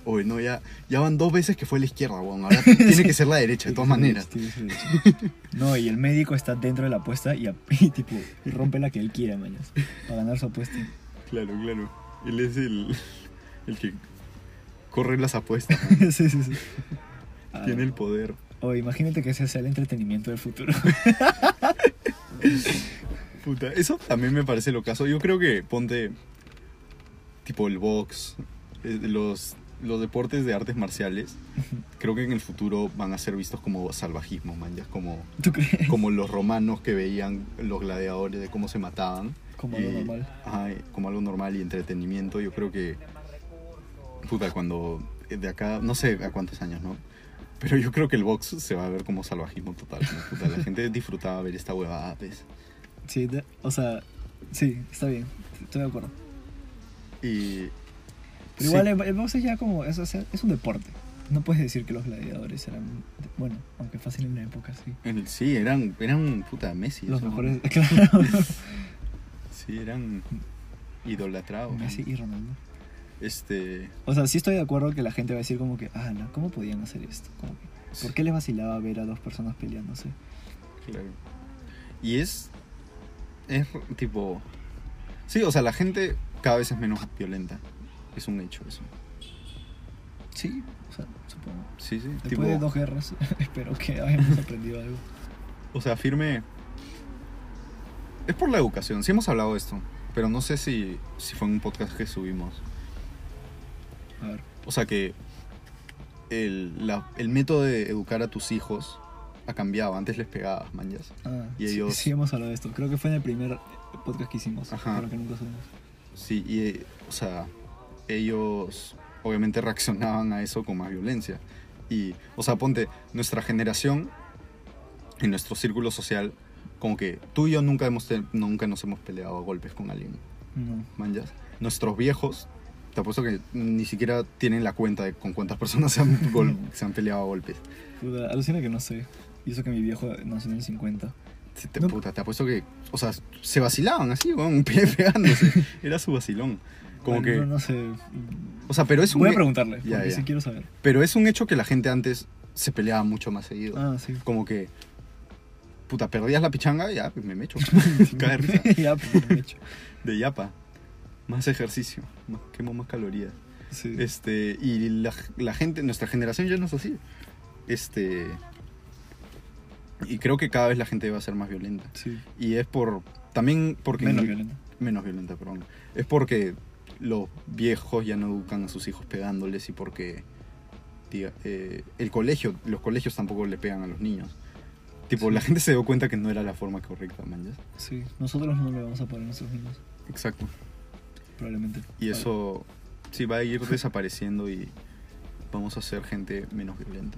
Speaker 2: Oye, no, ya, ya van dos veces que fue la izquierda, weón. [LAUGHS] Ahora tiene que ser la derecha, de todas maneras.
Speaker 1: Tienes derecho. No, y el médico está dentro de la apuesta y, a- [LAUGHS] y, tipo rompe la que él quiera, mañas, para ganar su apuesta. [LAUGHS]
Speaker 2: Claro, claro. Él es el, [LAUGHS] el que corre las apuestas, man.
Speaker 1: sí, sí, sí. Ah,
Speaker 2: tiene el poder.
Speaker 1: O imagínate que ese sea el entretenimiento del futuro.
Speaker 2: Puta, eso también me parece lo caso. Yo creo que ponte tipo el box, eh, los, los deportes de artes marciales, creo que en el futuro van a ser vistos como salvajismo, man, ya como,
Speaker 1: ¿Tú crees?
Speaker 2: como los romanos que veían los gladiadores de cómo se mataban.
Speaker 1: Como algo
Speaker 2: Y-
Speaker 1: normal.
Speaker 2: ajá, y como algo normal y entretenimiento. Yo creo que, puta, cuando eh, de acá, no sé a cuántos años, ¿no? Pero yo creo que el box se va a ver como salvajismo total. ¿no? Puta, la
Speaker 1: [LAUGHS]
Speaker 2: gente disfrutaba ver esta huevada, pues.
Speaker 1: Sí, de- o sea, sí, está bien. Estoy de acuerdo.
Speaker 2: Y...
Speaker 1: Pero
Speaker 2: sí.
Speaker 1: igual eh, el, el box es ya como, es, o sea, es un deporte. No puedes decir que los gladiadores eran, bueno, aunque fácil en la época, sí.
Speaker 2: El- sí, eran, eran puta Messi.
Speaker 1: Los
Speaker 2: o sea,
Speaker 1: mejores, [LAUGHS]
Speaker 2: [LAUGHS]
Speaker 1: claro.
Speaker 2: Sí, eran idolatrados. ¿no?
Speaker 1: Messi y Ronaldo.
Speaker 2: Este.
Speaker 1: O sea, sí estoy de acuerdo que la gente va a decir como que, ah, no, ¿cómo podían hacer esto? Como que, ¿Por qué les vacilaba ver a dos personas peleándose?
Speaker 2: Claro. Y es. Es tipo. Sí, o sea, la gente cada vez es menos violenta. Es un hecho eso.
Speaker 1: Sí, o sea, supongo.
Speaker 2: Sí, sí.
Speaker 1: Después
Speaker 2: tipo,
Speaker 1: de dos guerras, [LAUGHS] espero que hayamos aprendido algo.
Speaker 2: O sea, firme. Es por la educación. Sí hemos hablado de esto. Pero no sé si, si fue en un podcast que subimos.
Speaker 1: A ver.
Speaker 2: O sea que el, la- el método de educar a tus hijos ha cambiado. Antes les pegabas, manjas.
Speaker 1: Ah,
Speaker 2: Y
Speaker 1: sí,
Speaker 2: ellos-
Speaker 1: sí hemos hablado de esto. Creo que fue en el primer podcast que hicimos,
Speaker 2: Ajá.
Speaker 1: pero que nunca subimos.
Speaker 2: Sí, y, eh, o sea, ellos obviamente [LAUGHS] reaccionaban a eso con más violencia. Y, o sea, ponte, nuestra generación, en nuestro círculo social, como que tú y yo nunca, hemos te- nunca nos hemos peleado a golpes con alguien,
Speaker 1: No.
Speaker 2: manjas. Nuestros viejos, te apuesto que ni siquiera tienen la cuenta de con cuántas [LAUGHS] personas se han, gol- se han peleado a golpes.
Speaker 1: Puta, pues, alucina que no sé. Y eso que mi viejo nació en el 50.
Speaker 2: Sí, Te,
Speaker 1: No.
Speaker 2: puta, te apuesto que, o sea, se vacilaban así, weón, pe- [LAUGHS] pegándose. Era su vacilón. Como
Speaker 1: Bueno,
Speaker 2: que,
Speaker 1: No, no sé.
Speaker 2: o sea, pero es, un,
Speaker 1: Voy a
Speaker 2: he-
Speaker 1: preguntarle,
Speaker 2: Ya,
Speaker 1: porque
Speaker 2: ya.
Speaker 1: sí quiero saber.
Speaker 2: pero es un hecho que la gente antes se peleaba mucho más seguido.
Speaker 1: Ah,
Speaker 2: [LAUGHS]
Speaker 1: sí.
Speaker 2: Como que, puta, perdías la pichanga, ya, pues,
Speaker 1: [LAUGHS]
Speaker 2: me mecho. Cae de risa.
Speaker 1: ya, pues, de hecho.
Speaker 2: De yapa. Más ejercicio, más, quemo más calorías.
Speaker 1: Sí.
Speaker 2: Este, y la, la gente, nuestra generación ya no es así. Este, y creo que cada vez la gente va a ser más violenta.
Speaker 1: Sí.
Speaker 2: Y es por, también porque...
Speaker 1: Menos violento.
Speaker 2: menos violenta, perdón. Es porque los viejos ya no educan a sus hijos pegándoles y porque diga, eh, el colegio, los colegios tampoco le pegan a los niños. Tipo, la gente se dio cuenta que no era la forma correcta, man. ¿ya?
Speaker 1: Sí. Nosotros no le vamos a pagar a nuestros niños,
Speaker 2: Exacto.
Speaker 1: probablemente.
Speaker 2: Y eso sí va a ir desapareciendo y vamos a ser gente menos violenta.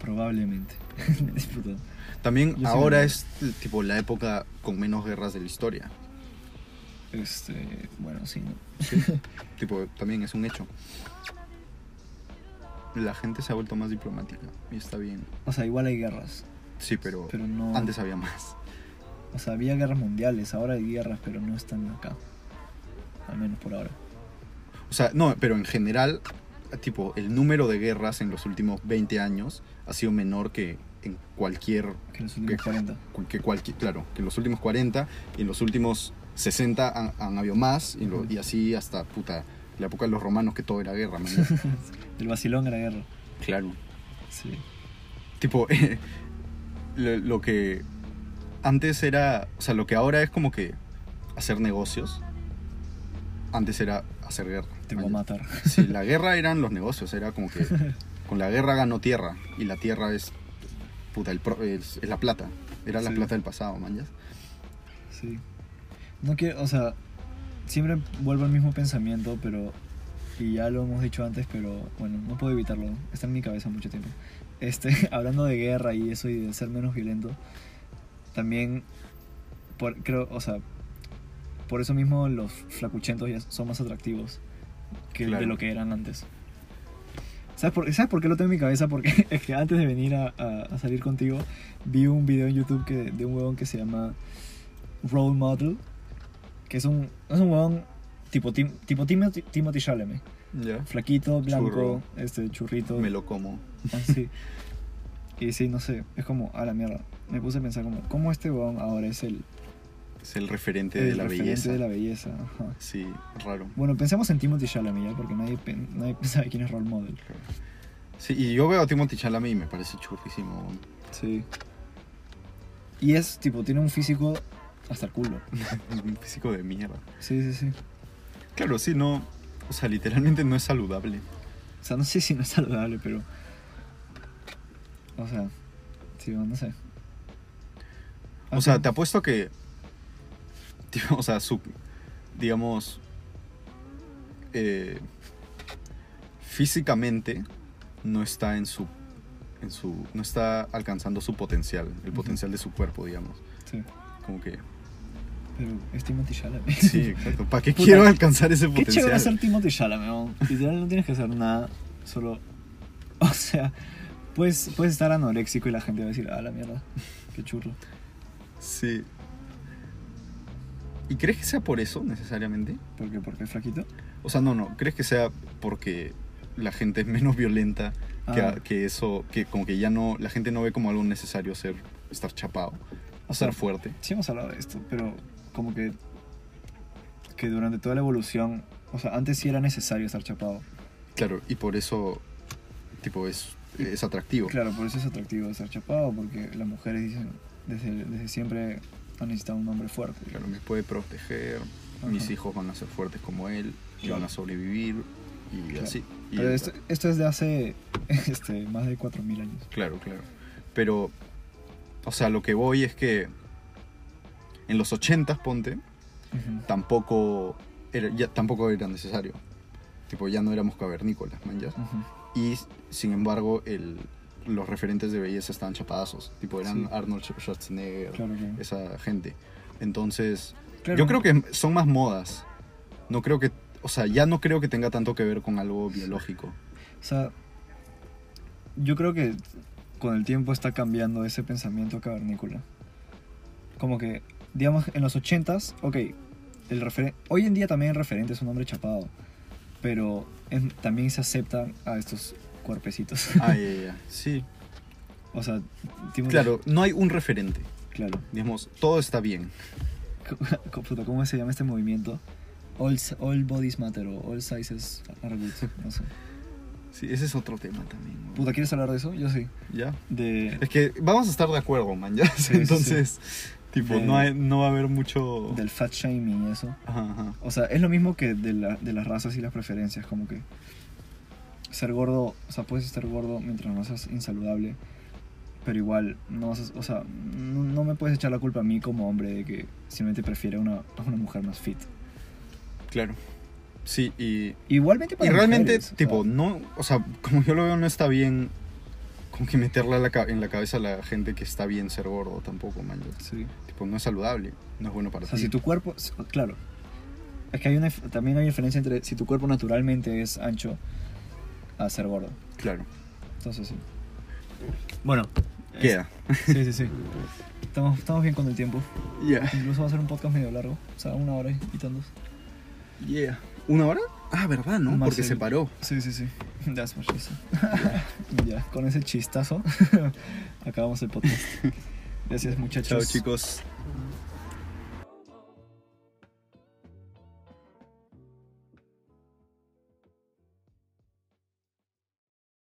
Speaker 1: Probablemente. [LAUGHS] Disfrutado. Yo
Speaker 2: También
Speaker 1: sí
Speaker 2: ahora
Speaker 1: creo.
Speaker 2: es eh, tipo la época con menos guerras de la historia.
Speaker 1: Este. Bueno, sí, ¿no?
Speaker 2: Tipo, también es un hecho. La gente se ha vuelto más diplomática y está bien.
Speaker 1: O sea, igual hay guerras,
Speaker 2: Sí, pero,
Speaker 1: pero no.
Speaker 2: antes había más.
Speaker 1: O sea, había guerras mundiales, ahora hay guerras, pero no están acá. Al menos por ahora.
Speaker 2: O sea, no, pero en general, tipo, el número de guerras en los últimos 20 años ha sido menor que en cualquier,
Speaker 1: Que en los últimos 40.
Speaker 2: que cualquier, claro, que en los últimos 40 y en los últimos 60 han, han habido más y, lo-
Speaker 1: Ujú.
Speaker 2: y así hasta, puta, la época de los romanos que todo era guerra, man.
Speaker 1: Del vacilón a la guerra.
Speaker 2: claro.
Speaker 1: Sí.
Speaker 2: tipo [LAUGHS] eh, lo, lo que antes era o sea lo que ahora es como que hacer negocios antes era hacer guerra
Speaker 1: Te voy a matar.
Speaker 2: sí la guerra eran los negocios era como que con la guerra ganó tierra y la tierra es puta el pro- es, es la plata era la
Speaker 1: Sí.
Speaker 2: plata del pasado manjas
Speaker 1: Sí. No quiero, o sea, siempre vuelvo al mismo pensamiento, pero. Y ya lo hemos dicho antes, pero bueno, no puedo evitarlo. Está en mi cabeza mucho tiempo. Este, [LAUGHS] hablando de guerra y eso y de ser menos violento, también. Por, creo, o sea, por eso mismo los flacuchentos ya son más atractivos que
Speaker 2: Claro.
Speaker 1: de lo que eran antes. ¿Sabes por, ¿Sabes por qué lo tengo en mi cabeza? Porque [LAUGHS] es que antes de venir a, a- a salir contigo, vi un video en YouTube que, de un huevón que se llama Role Model, que es un, es un huevón tipo, Tim- tipo Timothy, Timothy Chalamet.
Speaker 2: ya
Speaker 1: Flaquito, blanco,
Speaker 2: Churro.
Speaker 1: este churrito. [LAUGHS]
Speaker 2: me lo como
Speaker 1: Así. Y sí, no sé, es como, a la mierda. Me puse a pensar como, ¿cómo este huevón ahora es el,
Speaker 2: es el referente de
Speaker 1: el
Speaker 2: la
Speaker 1: referente
Speaker 2: belleza
Speaker 1: de la belleza? Ajá.
Speaker 2: sí raro
Speaker 1: Bueno, pensemos en Timothy Chalamet ya, porque nadie, pen- nadie [LAUGHS] sabe quién es Role Model.
Speaker 2: sí y yo veo a Timothy Chalamet y me parece churrísimo
Speaker 1: Sí. Y es, tipo, tiene un físico hasta el culo.
Speaker 2: es un físico de mierda
Speaker 1: Sí, sí, sí.
Speaker 2: claro sí no o sea literalmente no es saludable
Speaker 1: O sea, no sé si no es saludable, pero. O sea, sí, bueno, no sé.
Speaker 2: O sea, te apuesto que. [LAUGHS] tío, O sea, su. Digamos. eh, físicamente no está en su. En su. No está alcanzando su potencial. El
Speaker 1: Ujú.
Speaker 2: potencial de su cuerpo, digamos.
Speaker 1: Sí, [LAUGHS]
Speaker 2: Como que.
Speaker 1: pero es Timothy Chalamet.
Speaker 2: Sí, exacto. ¿Para qué
Speaker 1: Puta,
Speaker 2: quiero alcanzar ese
Speaker 1: Qué chévere ser
Speaker 2: potencial?
Speaker 1: Timothy Chalamet, weón. Literal, no tienes que hacer nada, solo. [LAUGHS] O sea, puedes, puedes estar anoréxico y la gente va a decir, ah, la mierda, [LAUGHS] qué churro.
Speaker 2: Sí. ¿Y crees que sea por eso necesariamente?
Speaker 1: ¿Por qué? ¿Por qué es flaquito?
Speaker 2: O sea, no, no. ¿Crees que sea porque la gente es menos violenta que,
Speaker 1: Ah.
Speaker 2: que eso, que como que ya no, la gente no ve como algo necesario ser, estar chapado,
Speaker 1: O sea,
Speaker 2: ser fuerte.
Speaker 1: Sí hemos hablado de esto, pero como que que durante toda la evolución, o sea, antes sí era necesario estar chapado.
Speaker 2: Claro, y por eso, tipo, es, es atractivo.
Speaker 1: Claro, por eso es atractivo estar chapado, porque las mujeres dicen desde, desde siempre han necesitado un hombre fuerte.
Speaker 2: Claro, me puede proteger,
Speaker 1: Ajá.
Speaker 2: mis hijos van a ser fuertes como él, y
Speaker 1: Claro.
Speaker 2: van a sobrevivir, y
Speaker 1: Claro.
Speaker 2: así. Y-
Speaker 1: Pero este esto, esto es de hace [LAUGHS] este, más de 4.000 años.
Speaker 2: Claro, claro. Pero, o sea, lo que voy es que en los 80 ponte,
Speaker 1: Ujú.
Speaker 2: tampoco era, ya, tampoco era necesario. tipo, ya no éramos cavernícolas, man, ya.
Speaker 1: Ujú.
Speaker 2: Y sin embargo, el, los referentes de belleza estaban chapadazos, tipo, eran
Speaker 1: Sí.
Speaker 2: Arnold Schwarzenegger,
Speaker 1: Claro, claro.
Speaker 2: esa gente. Entonces,
Speaker 1: Claro.
Speaker 2: yo creo que son más modas. No creo que, o sea, ya no creo que tenga tanto que ver con
Speaker 1: [LAUGHS]
Speaker 2: algo biológico.
Speaker 1: O sea, yo creo que con el tiempo está cambiando ese pensamiento cavernícola. Como que, digamos, en los 80s, ok, el referen- hoy en día también el referente es un hombre chapado, pero en- también se aceptan a estos cuerpecitos. [LAUGHS]
Speaker 2: Ah, ya, ya, ya. Sí.
Speaker 1: o sea, Timothée-
Speaker 2: Claro, no hay un referente.
Speaker 1: claro. [LAUGHS]
Speaker 2: Digamos, todo está bien.
Speaker 1: Co- puta, ¿Cómo se llama este movimiento? All, s- all bodies matter o all sizes are good. No sé.
Speaker 2: Sí, ese es otro tema también. ¿no?
Speaker 1: Puta, ¿quieres hablar de eso? Yo sí.
Speaker 2: Ya.
Speaker 1: De,
Speaker 2: Es que vamos a estar de acuerdo, man. [LAUGHS] Ya.
Speaker 1: Sí, sí,
Speaker 2: Entonces, tipo,
Speaker 1: De-
Speaker 2: no, hay- no va a haber mucho.
Speaker 1: del fat shaming y eso.
Speaker 2: Ajá, ajá.
Speaker 1: O sea, es lo mismo que de, la- de las razas y las preferencias, como que ser gordo, o sea, puedes estar gordo mientras no seas insaludable, pero igual, no, vas a- o sea, no, no me puedes echar la culpa a mí como hombre de que simplemente prefiere a una, a una mujer más fit.
Speaker 2: Claro. Sí, y.
Speaker 1: Igualmente
Speaker 2: Y
Speaker 1: para
Speaker 2: realmente,
Speaker 1: mujeres, o sea,
Speaker 2: tipo, no. O sea, como yo lo veo, no está bien. Como que meterla a la ca- en la cabeza a la gente que está bien ser gordo tampoco, man. ya.
Speaker 1: sí.
Speaker 2: Tipo, no es saludable. No es bueno para
Speaker 1: O sea,
Speaker 2: ti.
Speaker 1: si tu cuerpo, s- claro, es que hay una, también hay diferencia entre si tu cuerpo naturalmente es ancho a ser gordo.
Speaker 2: Claro.
Speaker 1: Entonces, sí.
Speaker 3: Bueno,
Speaker 2: Queda.
Speaker 1: Sí, sí, sí. Estamos, estamos bien con el tiempo.
Speaker 2: Yeah.
Speaker 1: Incluso va a ser un podcast medio largo, o sea, una hora y tantos.
Speaker 2: Yeah. ¿Una hora? Ah, ¿verdad? ¿No?
Speaker 1: Más
Speaker 2: Porque
Speaker 1: el-
Speaker 2: se paró.
Speaker 1: Sí, sí, [LAUGHS] sí. That's what she [LAUGHS] said. pues, ya, con ese [LAUGHS] chistazo acabamos el podcast. Gracias, muchachos.
Speaker 2: Chao, chicos.